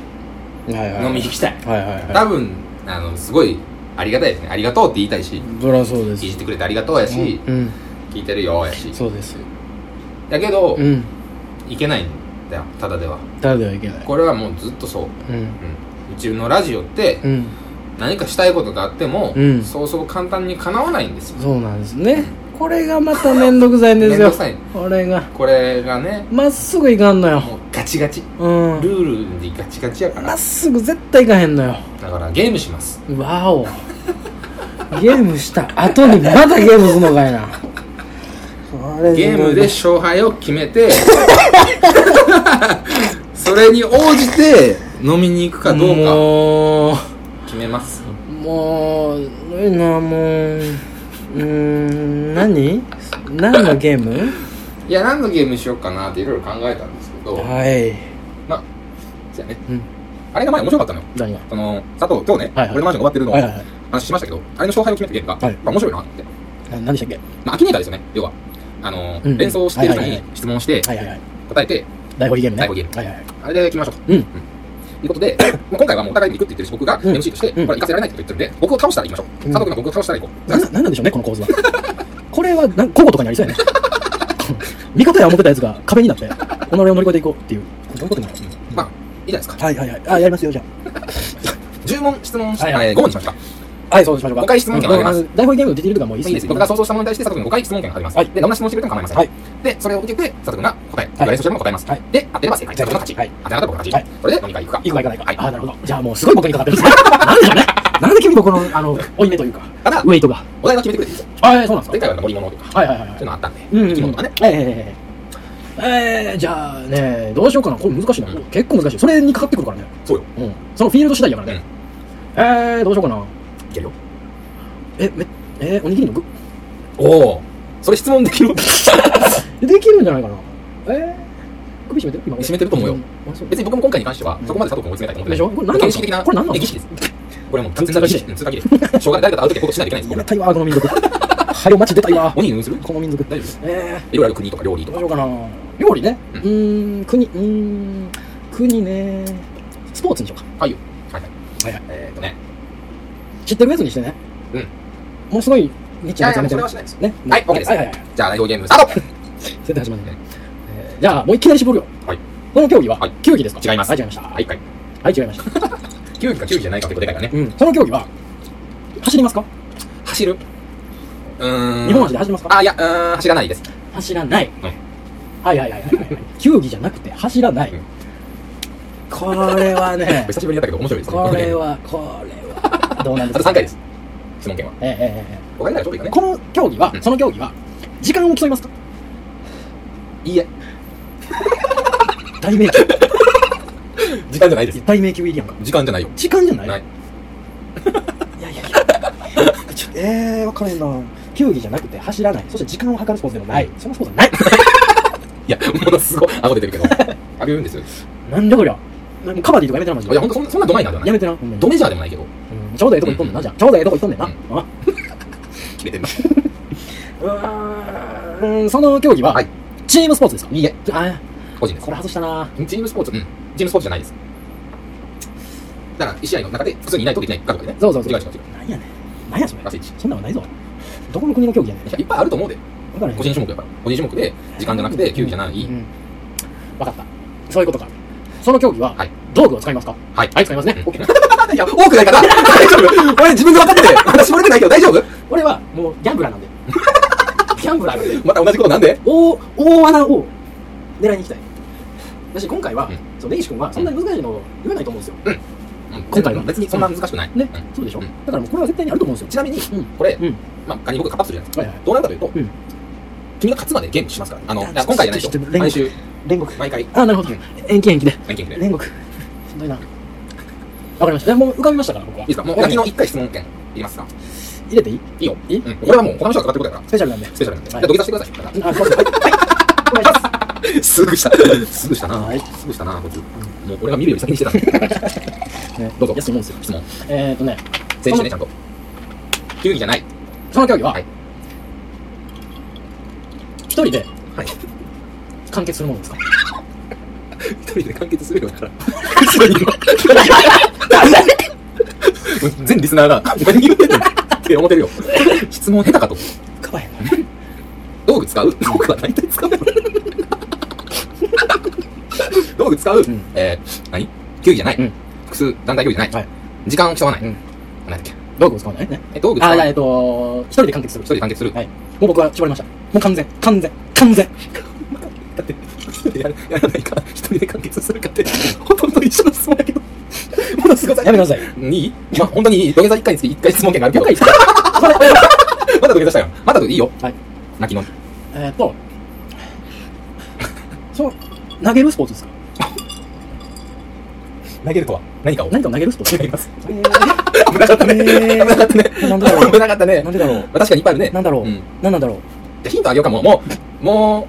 [SPEAKER 1] はいはい
[SPEAKER 2] 飲み行きたい、
[SPEAKER 1] はいはいは
[SPEAKER 2] 多分あのすごいありがたいですねありがとうって言いたいし
[SPEAKER 1] いそりゃそうです
[SPEAKER 2] いじってくれてありがとうやし、
[SPEAKER 1] うん
[SPEAKER 2] 聞いてるよやし
[SPEAKER 1] そうです
[SPEAKER 2] だけど、
[SPEAKER 1] うん
[SPEAKER 2] 行けないんだよただでは
[SPEAKER 1] ただではいけない
[SPEAKER 2] これはもうずっとそう、
[SPEAKER 1] うん
[SPEAKER 2] うん、うちのラジオって
[SPEAKER 1] うん
[SPEAKER 2] 何かしたいことがあっても、
[SPEAKER 1] うん
[SPEAKER 2] そうそう簡単に叶わないんですよ
[SPEAKER 1] そうなんですねこれがまためんどくさいんで
[SPEAKER 2] めん
[SPEAKER 1] す
[SPEAKER 2] ど
[SPEAKER 1] よ
[SPEAKER 2] くさい
[SPEAKER 1] これが
[SPEAKER 2] これがね
[SPEAKER 1] まっすぐいかんのよ
[SPEAKER 2] もうガチガチ
[SPEAKER 1] うん
[SPEAKER 2] ルールにガチガチやから
[SPEAKER 1] まっすぐ絶対いかへんのよ
[SPEAKER 2] だからゲームします
[SPEAKER 1] わおゲームした後にまだゲームすんのかいなそれ
[SPEAKER 2] ゲームで勝敗を決め てそれに応じて飲みに行くかどうか
[SPEAKER 1] もう
[SPEAKER 2] 決めます
[SPEAKER 1] もうえなもううーん何何のゲーム
[SPEAKER 2] いや何のゲームしようかなっていろいろ考えたんですけど、
[SPEAKER 1] はい
[SPEAKER 2] まあじゃあね、
[SPEAKER 1] うん
[SPEAKER 2] あれが前面白かったのよ
[SPEAKER 1] 何が
[SPEAKER 2] その佐藤今日ね、
[SPEAKER 1] はいはい
[SPEAKER 2] 俺のマンションが終わってるの
[SPEAKER 1] はいはいは
[SPEAKER 2] を話しましたけど、あれの勝敗を決めてゲームが、
[SPEAKER 1] はい
[SPEAKER 2] まあ面白いなって
[SPEAKER 1] いな何でしたっ
[SPEAKER 2] まあ、アキネーターですよね、要は。あの、
[SPEAKER 1] うん
[SPEAKER 2] 連想してる人
[SPEAKER 1] はいはい
[SPEAKER 2] に
[SPEAKER 1] はい
[SPEAKER 2] 質問して
[SPEAKER 1] け、はいはいはい
[SPEAKER 2] 答えて、
[SPEAKER 1] 第5ゲームね
[SPEAKER 2] 第五ゲーム
[SPEAKER 1] はいはいはい
[SPEAKER 2] あれで決めましょうと。
[SPEAKER 1] うん
[SPEAKER 2] ということ で、もう今回はもうお互いに行くって言ってるし、僕が
[SPEAKER 1] うん
[SPEAKER 2] MC として、
[SPEAKER 1] うん
[SPEAKER 2] ほら、行かせられないって言ってるんで、僕を倒したら行きましょう。
[SPEAKER 1] うん
[SPEAKER 2] 佐藤君が僕を倒したら行こう。
[SPEAKER 1] ななんなんでしょうねこの構 図はこれはなん個々とかにありそうやね 味方や思ってたやつが 壁になって己を乗り越えていこうっていうどういうことなの
[SPEAKER 2] まあ、いいじゃないですか。
[SPEAKER 1] はいはいはいあやりますよじゃ
[SPEAKER 2] 10問質問し、
[SPEAKER 1] はいはい
[SPEAKER 2] えー5問にしました。
[SPEAKER 1] あはいそうしましょうか
[SPEAKER 2] 誤解質問権あります
[SPEAKER 1] うん第5ゲームの出ているとかもういい
[SPEAKER 2] いいです。僕が想像したものに対して佐藤君が5回質問権が入ります。
[SPEAKER 1] はい
[SPEAKER 2] で、どんな質問してくれても構いません。
[SPEAKER 1] はい
[SPEAKER 2] で、それを受けて、佐藤君が答え、僕が連想してるものを答えます。
[SPEAKER 1] はい
[SPEAKER 2] で、当てれば正解。佐藤君の勝ち。
[SPEAKER 1] はい
[SPEAKER 2] 当てなかったら僕の勝ち。
[SPEAKER 1] はい
[SPEAKER 2] それで飲み会行くか。
[SPEAKER 1] 行くか行かないか。
[SPEAKER 2] はい
[SPEAKER 1] あ、なるほど。じゃあもうすごい僕にかかってるんですね。なんでしょうね。なんで君僕の、あの、負い目というか、
[SPEAKER 2] ただ
[SPEAKER 1] ウ、ェイトが。
[SPEAKER 2] お題は決めてくれていいですよ。
[SPEAKER 1] あ、そうなん
[SPEAKER 2] 前
[SPEAKER 1] です
[SPEAKER 2] 回は乗り物とか、そ
[SPEAKER 1] か。はいはいはいは
[SPEAKER 2] ういう
[SPEAKER 1] い。
[SPEAKER 2] のあったんで、
[SPEAKER 1] うん。
[SPEAKER 2] 生き物とかね。
[SPEAKER 1] えええええええー、じゃあね、どうしようかな。これ難しいな。
[SPEAKER 2] うん
[SPEAKER 1] 結構難しい。それにかかってくるからね。
[SPEAKER 2] そうよ。
[SPEAKER 1] うん。そのフィールド次第やからね。えー、どうしようかな。
[SPEAKER 2] いけるよ。
[SPEAKER 1] え、め、えーおにぎりの具
[SPEAKER 2] おおそれ質問できる
[SPEAKER 1] できるんじゃないかな。えー、首絞めてる今俺
[SPEAKER 2] 絞めてると思うよ
[SPEAKER 1] んあ、そう。
[SPEAKER 2] 別に僕も今回に関してはそこまで佐藤君を追い詰めたいと思ってな
[SPEAKER 1] で
[SPEAKER 2] い
[SPEAKER 1] しょこれ何なの
[SPEAKER 2] 形式的な
[SPEAKER 1] これ何なの
[SPEAKER 2] え儀式ですこれもう完全な儀式ですうん通過儀式 ですしょうがない誰かと会う時は報告しないといけないん
[SPEAKER 1] やめ
[SPEAKER 2] です
[SPEAKER 1] たいわ、この民族。 はよ、マジ出たいわ
[SPEAKER 2] 僕。鬼にする
[SPEAKER 1] この民族。
[SPEAKER 2] 大丈夫です
[SPEAKER 1] えー。
[SPEAKER 2] いろいろある国とか料理と
[SPEAKER 1] どうしよ
[SPEAKER 2] か
[SPEAKER 1] うかな料理ね
[SPEAKER 2] う
[SPEAKER 1] うんーん国うーん国ねスポーツにしようか
[SPEAKER 2] はいよはいはい
[SPEAKER 1] はいはい
[SPEAKER 2] えーっとね
[SPEAKER 1] 知ってるやつにしてね
[SPEAKER 2] うん
[SPEAKER 1] もうすごいニッチなやつやめて
[SPEAKER 2] い
[SPEAKER 1] ね
[SPEAKER 2] やいやそれはしないです
[SPEAKER 1] ね
[SPEAKER 2] はい OK です
[SPEAKER 1] はいはいはい
[SPEAKER 2] じゃあ代表ゲームスター
[SPEAKER 1] 絶対始まるねえ ーじゃあもういきなり絞るよ
[SPEAKER 2] はい
[SPEAKER 1] この競技は
[SPEAKER 2] はい
[SPEAKER 1] 球技ですか
[SPEAKER 2] 違います
[SPEAKER 1] はい違いました
[SPEAKER 2] トはいはい
[SPEAKER 1] はい違いました
[SPEAKER 2] 9位か9位じゃないかってことでかいからね。
[SPEAKER 1] うん、その競技は走りますか
[SPEAKER 2] 走るうーん。
[SPEAKER 1] 日本足で走りますか
[SPEAKER 2] あ、いや、うーん、走らないです。
[SPEAKER 1] 走らない、
[SPEAKER 2] うん
[SPEAKER 1] はいはいはいはいはい球技じゃなくて走らない、
[SPEAKER 2] うん
[SPEAKER 1] これは ね
[SPEAKER 2] 久しぶりにやったけど面白いですね。
[SPEAKER 1] これ
[SPEAKER 2] の
[SPEAKER 1] はこれはどうなん
[SPEAKER 2] ゲーム。
[SPEAKER 1] です
[SPEAKER 2] あと3
[SPEAKER 1] か
[SPEAKER 2] 回です。質問権は。
[SPEAKER 1] えええええ
[SPEAKER 2] お金ならちょうどいい
[SPEAKER 1] え
[SPEAKER 2] かね。
[SPEAKER 1] この競技は、
[SPEAKER 2] うん
[SPEAKER 1] その競技は時間を競いますか
[SPEAKER 2] いいえ。
[SPEAKER 1] 大迷宮
[SPEAKER 2] 時間じゃないです。
[SPEAKER 1] 大迷宮入りやんか
[SPEAKER 2] 時間じゃないよ。
[SPEAKER 1] 時間じゃない
[SPEAKER 2] ない。
[SPEAKER 1] いやいやいやちょええー、分からへんな球技じゃなくて走らないそして時間を計るスポーツでもない、そんなスポーツはない
[SPEAKER 2] いや、ものすごい、顎出てる けど。あげるんですよ。い
[SPEAKER 1] なんだこりゃもうカバディとかやめてなマジで
[SPEAKER 2] や、ほんとそんな、そんなドマイナーじゃな
[SPEAKER 1] や
[SPEAKER 2] い。
[SPEAKER 1] めてな、ほんまに
[SPEAKER 2] ドメジャーでもないけど。
[SPEAKER 1] うんちょうどええとこ行っとんねんな、じゃあちょうどええとこ行っとんねんな、あ
[SPEAKER 2] 切れてるな。
[SPEAKER 1] うーん、その競技は、
[SPEAKER 2] はい
[SPEAKER 1] チームスポーツですか
[SPEAKER 2] いいえ。
[SPEAKER 1] あ
[SPEAKER 2] 個人です
[SPEAKER 1] こ。れ外したな
[SPEAKER 2] チームスポーツ、うん。チームスポーツじゃないです。だから、一試合の中で普通にいないとできないかとかね。
[SPEAKER 1] そうそうそう
[SPEAKER 2] 違う違う違う。
[SPEAKER 1] なんやねん。なんやそれ
[SPEAKER 2] ラ。スイチ。
[SPEAKER 1] そんなんはないぞ。どこの国の競技やね
[SPEAKER 2] いや、いっぱいあると思うで。
[SPEAKER 1] ん。わからへん
[SPEAKER 2] 個人種目だから。個人種目で、時間じゃなくて、球技じゃない。
[SPEAKER 1] うんわかった。そういうことか。その競技は、
[SPEAKER 2] はい
[SPEAKER 1] 道具を使いますか
[SPEAKER 2] はい。
[SPEAKER 1] はい、使いますね。
[SPEAKER 2] うん
[SPEAKER 1] OK
[SPEAKER 2] いや、多くないから、大丈夫。俺自分で分かってて、私漏れてないけど大丈夫
[SPEAKER 1] 俺は、もう、ギャンブラー なんで。ギャンブラーなんで。
[SPEAKER 2] また同じことなんで
[SPEAKER 1] 大、大穴を狙いに行きたい。だし、今回は
[SPEAKER 2] うん、
[SPEAKER 1] そう、根岸君は、そんなに難しいの言わないと思うんですよ。
[SPEAKER 2] うん
[SPEAKER 1] 今回は
[SPEAKER 2] 別にそんな難しくない。
[SPEAKER 1] ね
[SPEAKER 2] うん。
[SPEAKER 1] そうでしょ
[SPEAKER 2] う
[SPEAKER 1] だ
[SPEAKER 2] ん
[SPEAKER 1] からもう、これは絶対にあると思うんです
[SPEAKER 2] ち
[SPEAKER 1] よ。
[SPEAKER 2] なみに、
[SPEAKER 1] うん
[SPEAKER 2] これ、
[SPEAKER 1] うん。
[SPEAKER 2] まあ、仮に僕がカップするじゃないです
[SPEAKER 1] はいはい
[SPEAKER 2] か。。どうなるかというと、
[SPEAKER 1] うん
[SPEAKER 2] 君が勝つまでゲームしますから。あの、
[SPEAKER 1] あ
[SPEAKER 2] いや今回じゃない
[SPEAKER 1] ちょっと
[SPEAKER 2] で
[SPEAKER 1] ちょっ
[SPEAKER 2] す
[SPEAKER 1] と
[SPEAKER 2] よ。毎週、
[SPEAKER 1] 煉獄。
[SPEAKER 2] 毎回、
[SPEAKER 1] あ、なるほど
[SPEAKER 2] うん。
[SPEAKER 1] 延期延期で。
[SPEAKER 2] 毎回で。いい
[SPEAKER 1] 煉獄。しんどいな。わかりました。でもう浮かびましたから、僕は。
[SPEAKER 2] ですかもう、
[SPEAKER 1] 入
[SPEAKER 2] 私の1回質問権、いりますか
[SPEAKER 1] れていい
[SPEAKER 2] いいよ。
[SPEAKER 1] いい
[SPEAKER 2] うん。これはもう、他の人が語ってることだから、
[SPEAKER 1] スペシャルなんで。
[SPEAKER 2] スペシャルなんで。じ
[SPEAKER 1] は
[SPEAKER 2] ゃ
[SPEAKER 1] い
[SPEAKER 2] あ、土下座してください。だから
[SPEAKER 1] あ、すいません。はい。はい。お願いします。
[SPEAKER 2] すぐした。すぐしたな。
[SPEAKER 1] はい
[SPEAKER 2] すぐしたな、こいつ。もう俺が見るより先にして た。
[SPEAKER 1] ね
[SPEAKER 2] どうぞ
[SPEAKER 1] 安いもんですよ。
[SPEAKER 2] 質問。
[SPEAKER 1] えーとね、
[SPEAKER 2] 整理してね、ちゃんと。球技じゃない。
[SPEAKER 1] その競技は
[SPEAKER 2] はい、
[SPEAKER 1] 一人で
[SPEAKER 2] はい。
[SPEAKER 1] 完結するものですか
[SPEAKER 2] 一人で完結するよだから。後ろに今。 全リスナーが、何言ってんのって思ってるよ。質問下手かと。
[SPEAKER 1] かばへんな。
[SPEAKER 2] 道具使う道具は大体使うよ。道具使う、
[SPEAKER 1] ん
[SPEAKER 2] えー、何球技じゃない、
[SPEAKER 1] うん
[SPEAKER 2] 複数団体競技じゃない、
[SPEAKER 1] はい
[SPEAKER 2] 時間を競わない。
[SPEAKER 1] うん
[SPEAKER 2] 何だっけ
[SPEAKER 1] 道具を使わないね。
[SPEAKER 2] え、道具使
[SPEAKER 1] あ、
[SPEAKER 2] わ
[SPEAKER 1] いや
[SPEAKER 2] ない。
[SPEAKER 1] えっ
[SPEAKER 2] 一
[SPEAKER 1] と、一人で完結する。
[SPEAKER 2] 人で完結する。
[SPEAKER 1] はい。もう僕は絞りました。もう完全、完全、完全。
[SPEAKER 2] だって、一人でやるやらないか、一人で完結するかって、ほとんど一緒の質問だけど、 ものすご さ
[SPEAKER 1] やめてください。
[SPEAKER 2] いいまあ、本当に土下座1回につき1回質問権があるけど。
[SPEAKER 1] もう一回
[SPEAKER 2] まだ土下座したよ。まだいいよ。
[SPEAKER 1] はい。
[SPEAKER 2] 泣きの。
[SPEAKER 1] えーと、 そう、投げるスポーツですか
[SPEAKER 2] 投げるとは何かを。
[SPEAKER 1] 何かを投げるスポーツ
[SPEAKER 2] 違います。
[SPEAKER 1] えー
[SPEAKER 2] 危なかった ね。
[SPEAKER 1] えー
[SPEAKER 2] 危なかったね。
[SPEAKER 1] なんだろう
[SPEAKER 2] 危なかったね。
[SPEAKER 1] なんでだろう
[SPEAKER 2] まあ確かにいっぱいあるね。
[SPEAKER 1] なんだろう、
[SPEAKER 2] うん。じ
[SPEAKER 1] なんなんだろう
[SPEAKER 2] ゃあヒントあげようかも。もう、も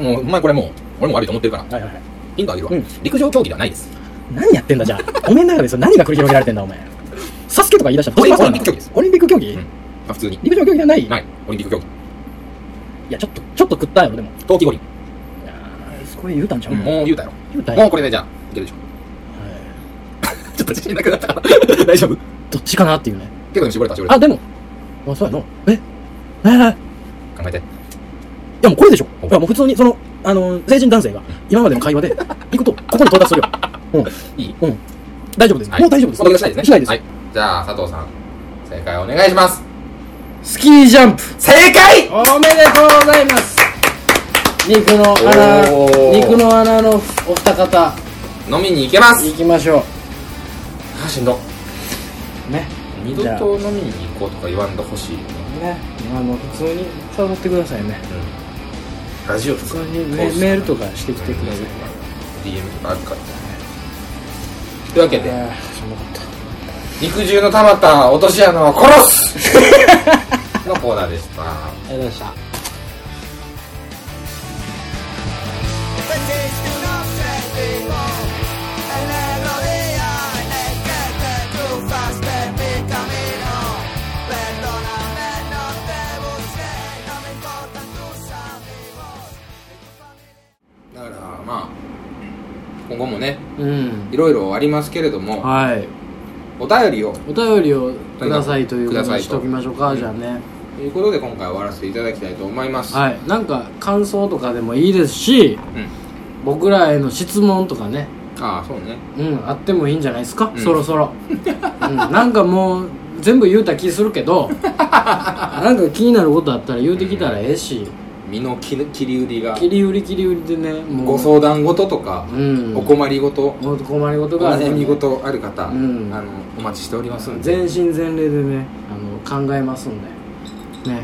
[SPEAKER 2] う、もう、お前これもう、俺も悪いと思ってるから。
[SPEAKER 1] はいはいはい。
[SPEAKER 2] ヒントあげるわ
[SPEAKER 1] うん。
[SPEAKER 2] 陸上競技ではないです。
[SPEAKER 1] 何やってんだじゃあ。おめん中でそれ何が繰り広げられてんだお前。サスケとか言い出したらどうします
[SPEAKER 2] オリンピック競技です
[SPEAKER 1] オリンピック競技、
[SPEAKER 2] うん。まあ普通に。
[SPEAKER 1] 陸上競技じゃない、、
[SPEAKER 2] ないい。オリンピック競技。
[SPEAKER 1] や、ちょっと、ちょっと食ったやろ、でも。
[SPEAKER 2] 冬季五輪。
[SPEAKER 1] いやー、これ言うたんちゃう、
[SPEAKER 2] もう言うたやろ。
[SPEAKER 1] 言うたんや
[SPEAKER 2] もう
[SPEAKER 1] ろ、
[SPEAKER 2] これでじゃあ、いけるでしょ。
[SPEAKER 1] はい
[SPEAKER 2] ちょっと自信なくなったから。 大丈夫結
[SPEAKER 1] どっちかなっていうね。
[SPEAKER 2] 構でも絞れた、絞れた。
[SPEAKER 1] あ、でも、あ、そうやの。ええー、い
[SPEAKER 2] 考えて。
[SPEAKER 1] やもうこれでしょ。
[SPEAKER 2] お
[SPEAKER 1] いやもう普通に、その、あの、成人男性が今までの会話で、行くと、ここに到達するよ。
[SPEAKER 2] いい。
[SPEAKER 1] うん。うん。大丈夫です。
[SPEAKER 2] はい
[SPEAKER 1] もう大丈夫です。
[SPEAKER 2] お届けしたいですね。
[SPEAKER 1] しないです。
[SPEAKER 2] はい。じゃあ、佐藤さん、正解お願いします。
[SPEAKER 1] スキージャンプ。
[SPEAKER 2] 正解
[SPEAKER 1] おめでとうございます肉の穴
[SPEAKER 2] おー
[SPEAKER 1] 肉の穴のお二方
[SPEAKER 2] 飲みに行けます
[SPEAKER 1] 行きましょ
[SPEAKER 2] あ、しんど。
[SPEAKER 1] うね
[SPEAKER 2] 二度
[SPEAKER 1] じゃあ
[SPEAKER 2] と飲みに行こうとか言わんでほしいよね。
[SPEAKER 1] ねあの普通に誘ってくださいね
[SPEAKER 2] うん。ラジオと
[SPEAKER 1] 普
[SPEAKER 2] か
[SPEAKER 1] 通にメメールとかしてきてください
[SPEAKER 2] DM とかあるからねというわけで
[SPEAKER 1] あーそんなこと
[SPEAKER 2] 肉汁の溜まった落とし穴を 殺すのコーナーでした
[SPEAKER 1] ありがとうございました
[SPEAKER 3] Pues es unos servimos en el rodea en el que te cruzaste en mi camino. Perdóname, no te busqué, no me importan tus amigos ni tu familia.
[SPEAKER 2] だからまあ今後もね
[SPEAKER 1] うん
[SPEAKER 2] いろいろありますけれども
[SPEAKER 1] はい
[SPEAKER 2] お便りを
[SPEAKER 1] お便りをくださいということ
[SPEAKER 2] ください
[SPEAKER 1] にし
[SPEAKER 2] と
[SPEAKER 1] ておきましょうかじゃあね
[SPEAKER 2] ということで今回は終わらせていただきたいと思います、
[SPEAKER 1] はいなんか感想とかでもいいですし
[SPEAKER 2] うん
[SPEAKER 1] 僕らへの質問とかね
[SPEAKER 2] ああそうね
[SPEAKER 1] うんあってもいいんじゃないですか、
[SPEAKER 2] うん
[SPEAKER 1] そろそろ、うん、なんかもう全部言うた気するけ どなんか気になることあったら言うてきたらええし
[SPEAKER 2] 身の切切り売りが
[SPEAKER 1] 切り売り切り売りでねもう
[SPEAKER 2] ご相談事とか、
[SPEAKER 1] うん
[SPEAKER 2] お困り事
[SPEAKER 1] お困りごと
[SPEAKER 2] お
[SPEAKER 1] がある
[SPEAKER 2] 悩み事ある方、
[SPEAKER 1] うん
[SPEAKER 2] あのお待ちしておりますんで
[SPEAKER 1] 全身全霊でねあの考えますんでね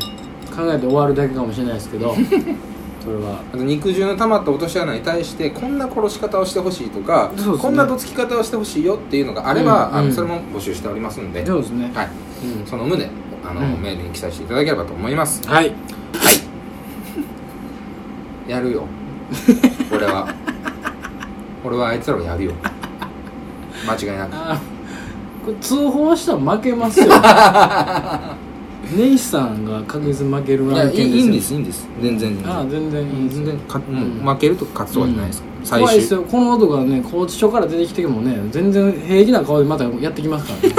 [SPEAKER 1] 考えて終わるだけかもしれないですけ どそれは
[SPEAKER 2] あと肉汁の溜まった落とし穴に対してこんな殺し方をしてほしいとか、
[SPEAKER 1] そうですね
[SPEAKER 2] こんなどつき方をしてほしいよっていうのがあれば、
[SPEAKER 1] うん
[SPEAKER 2] あ
[SPEAKER 1] う
[SPEAKER 2] の
[SPEAKER 1] ん
[SPEAKER 2] それも募集しておりますんで、
[SPEAKER 1] そうですね
[SPEAKER 2] はい、
[SPEAKER 1] うん
[SPEAKER 2] その旨あの、
[SPEAKER 1] うん
[SPEAKER 2] メールに記載していただければと思います
[SPEAKER 1] はい
[SPEAKER 2] やるよ 俺は俺はあいつらをやるよ間違いなく
[SPEAKER 1] あこれ通報したら負けます よネイさんが確実に負ける
[SPEAKER 2] いや
[SPEAKER 1] 案件
[SPEAKER 2] い
[SPEAKER 1] ですよ
[SPEAKER 2] いいいんですいいんです全然
[SPEAKER 1] ああ全然いい
[SPEAKER 2] 全
[SPEAKER 1] です
[SPEAKER 2] 然か、うん
[SPEAKER 1] うん
[SPEAKER 2] 負けるとか勝つとかじゃないです、最
[SPEAKER 1] 怖いです
[SPEAKER 2] 終
[SPEAKER 1] よこの男がね拘置所から出てきてもね全然平気な顔でまたやってきますから ね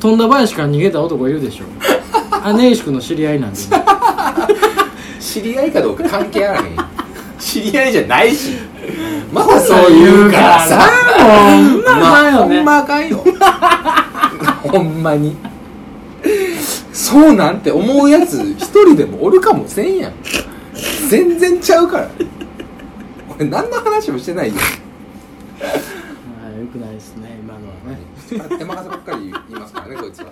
[SPEAKER 1] 富田林から逃げた男いるでしょあネイシ君の知り合いなんで、ね、
[SPEAKER 2] 知り合いかどうか関係あらへん知り合いじゃないしまだ
[SPEAKER 1] もうほんまあかんよね、
[SPEAKER 2] ほんまあかんよ ほんまにそうなんて思うやつ一人でもおるかもせんやん全然ちゃうから俺何の話もして ないよ
[SPEAKER 1] はい、よくないですね今のはね
[SPEAKER 2] 手任せばっかり言いますからねこいつは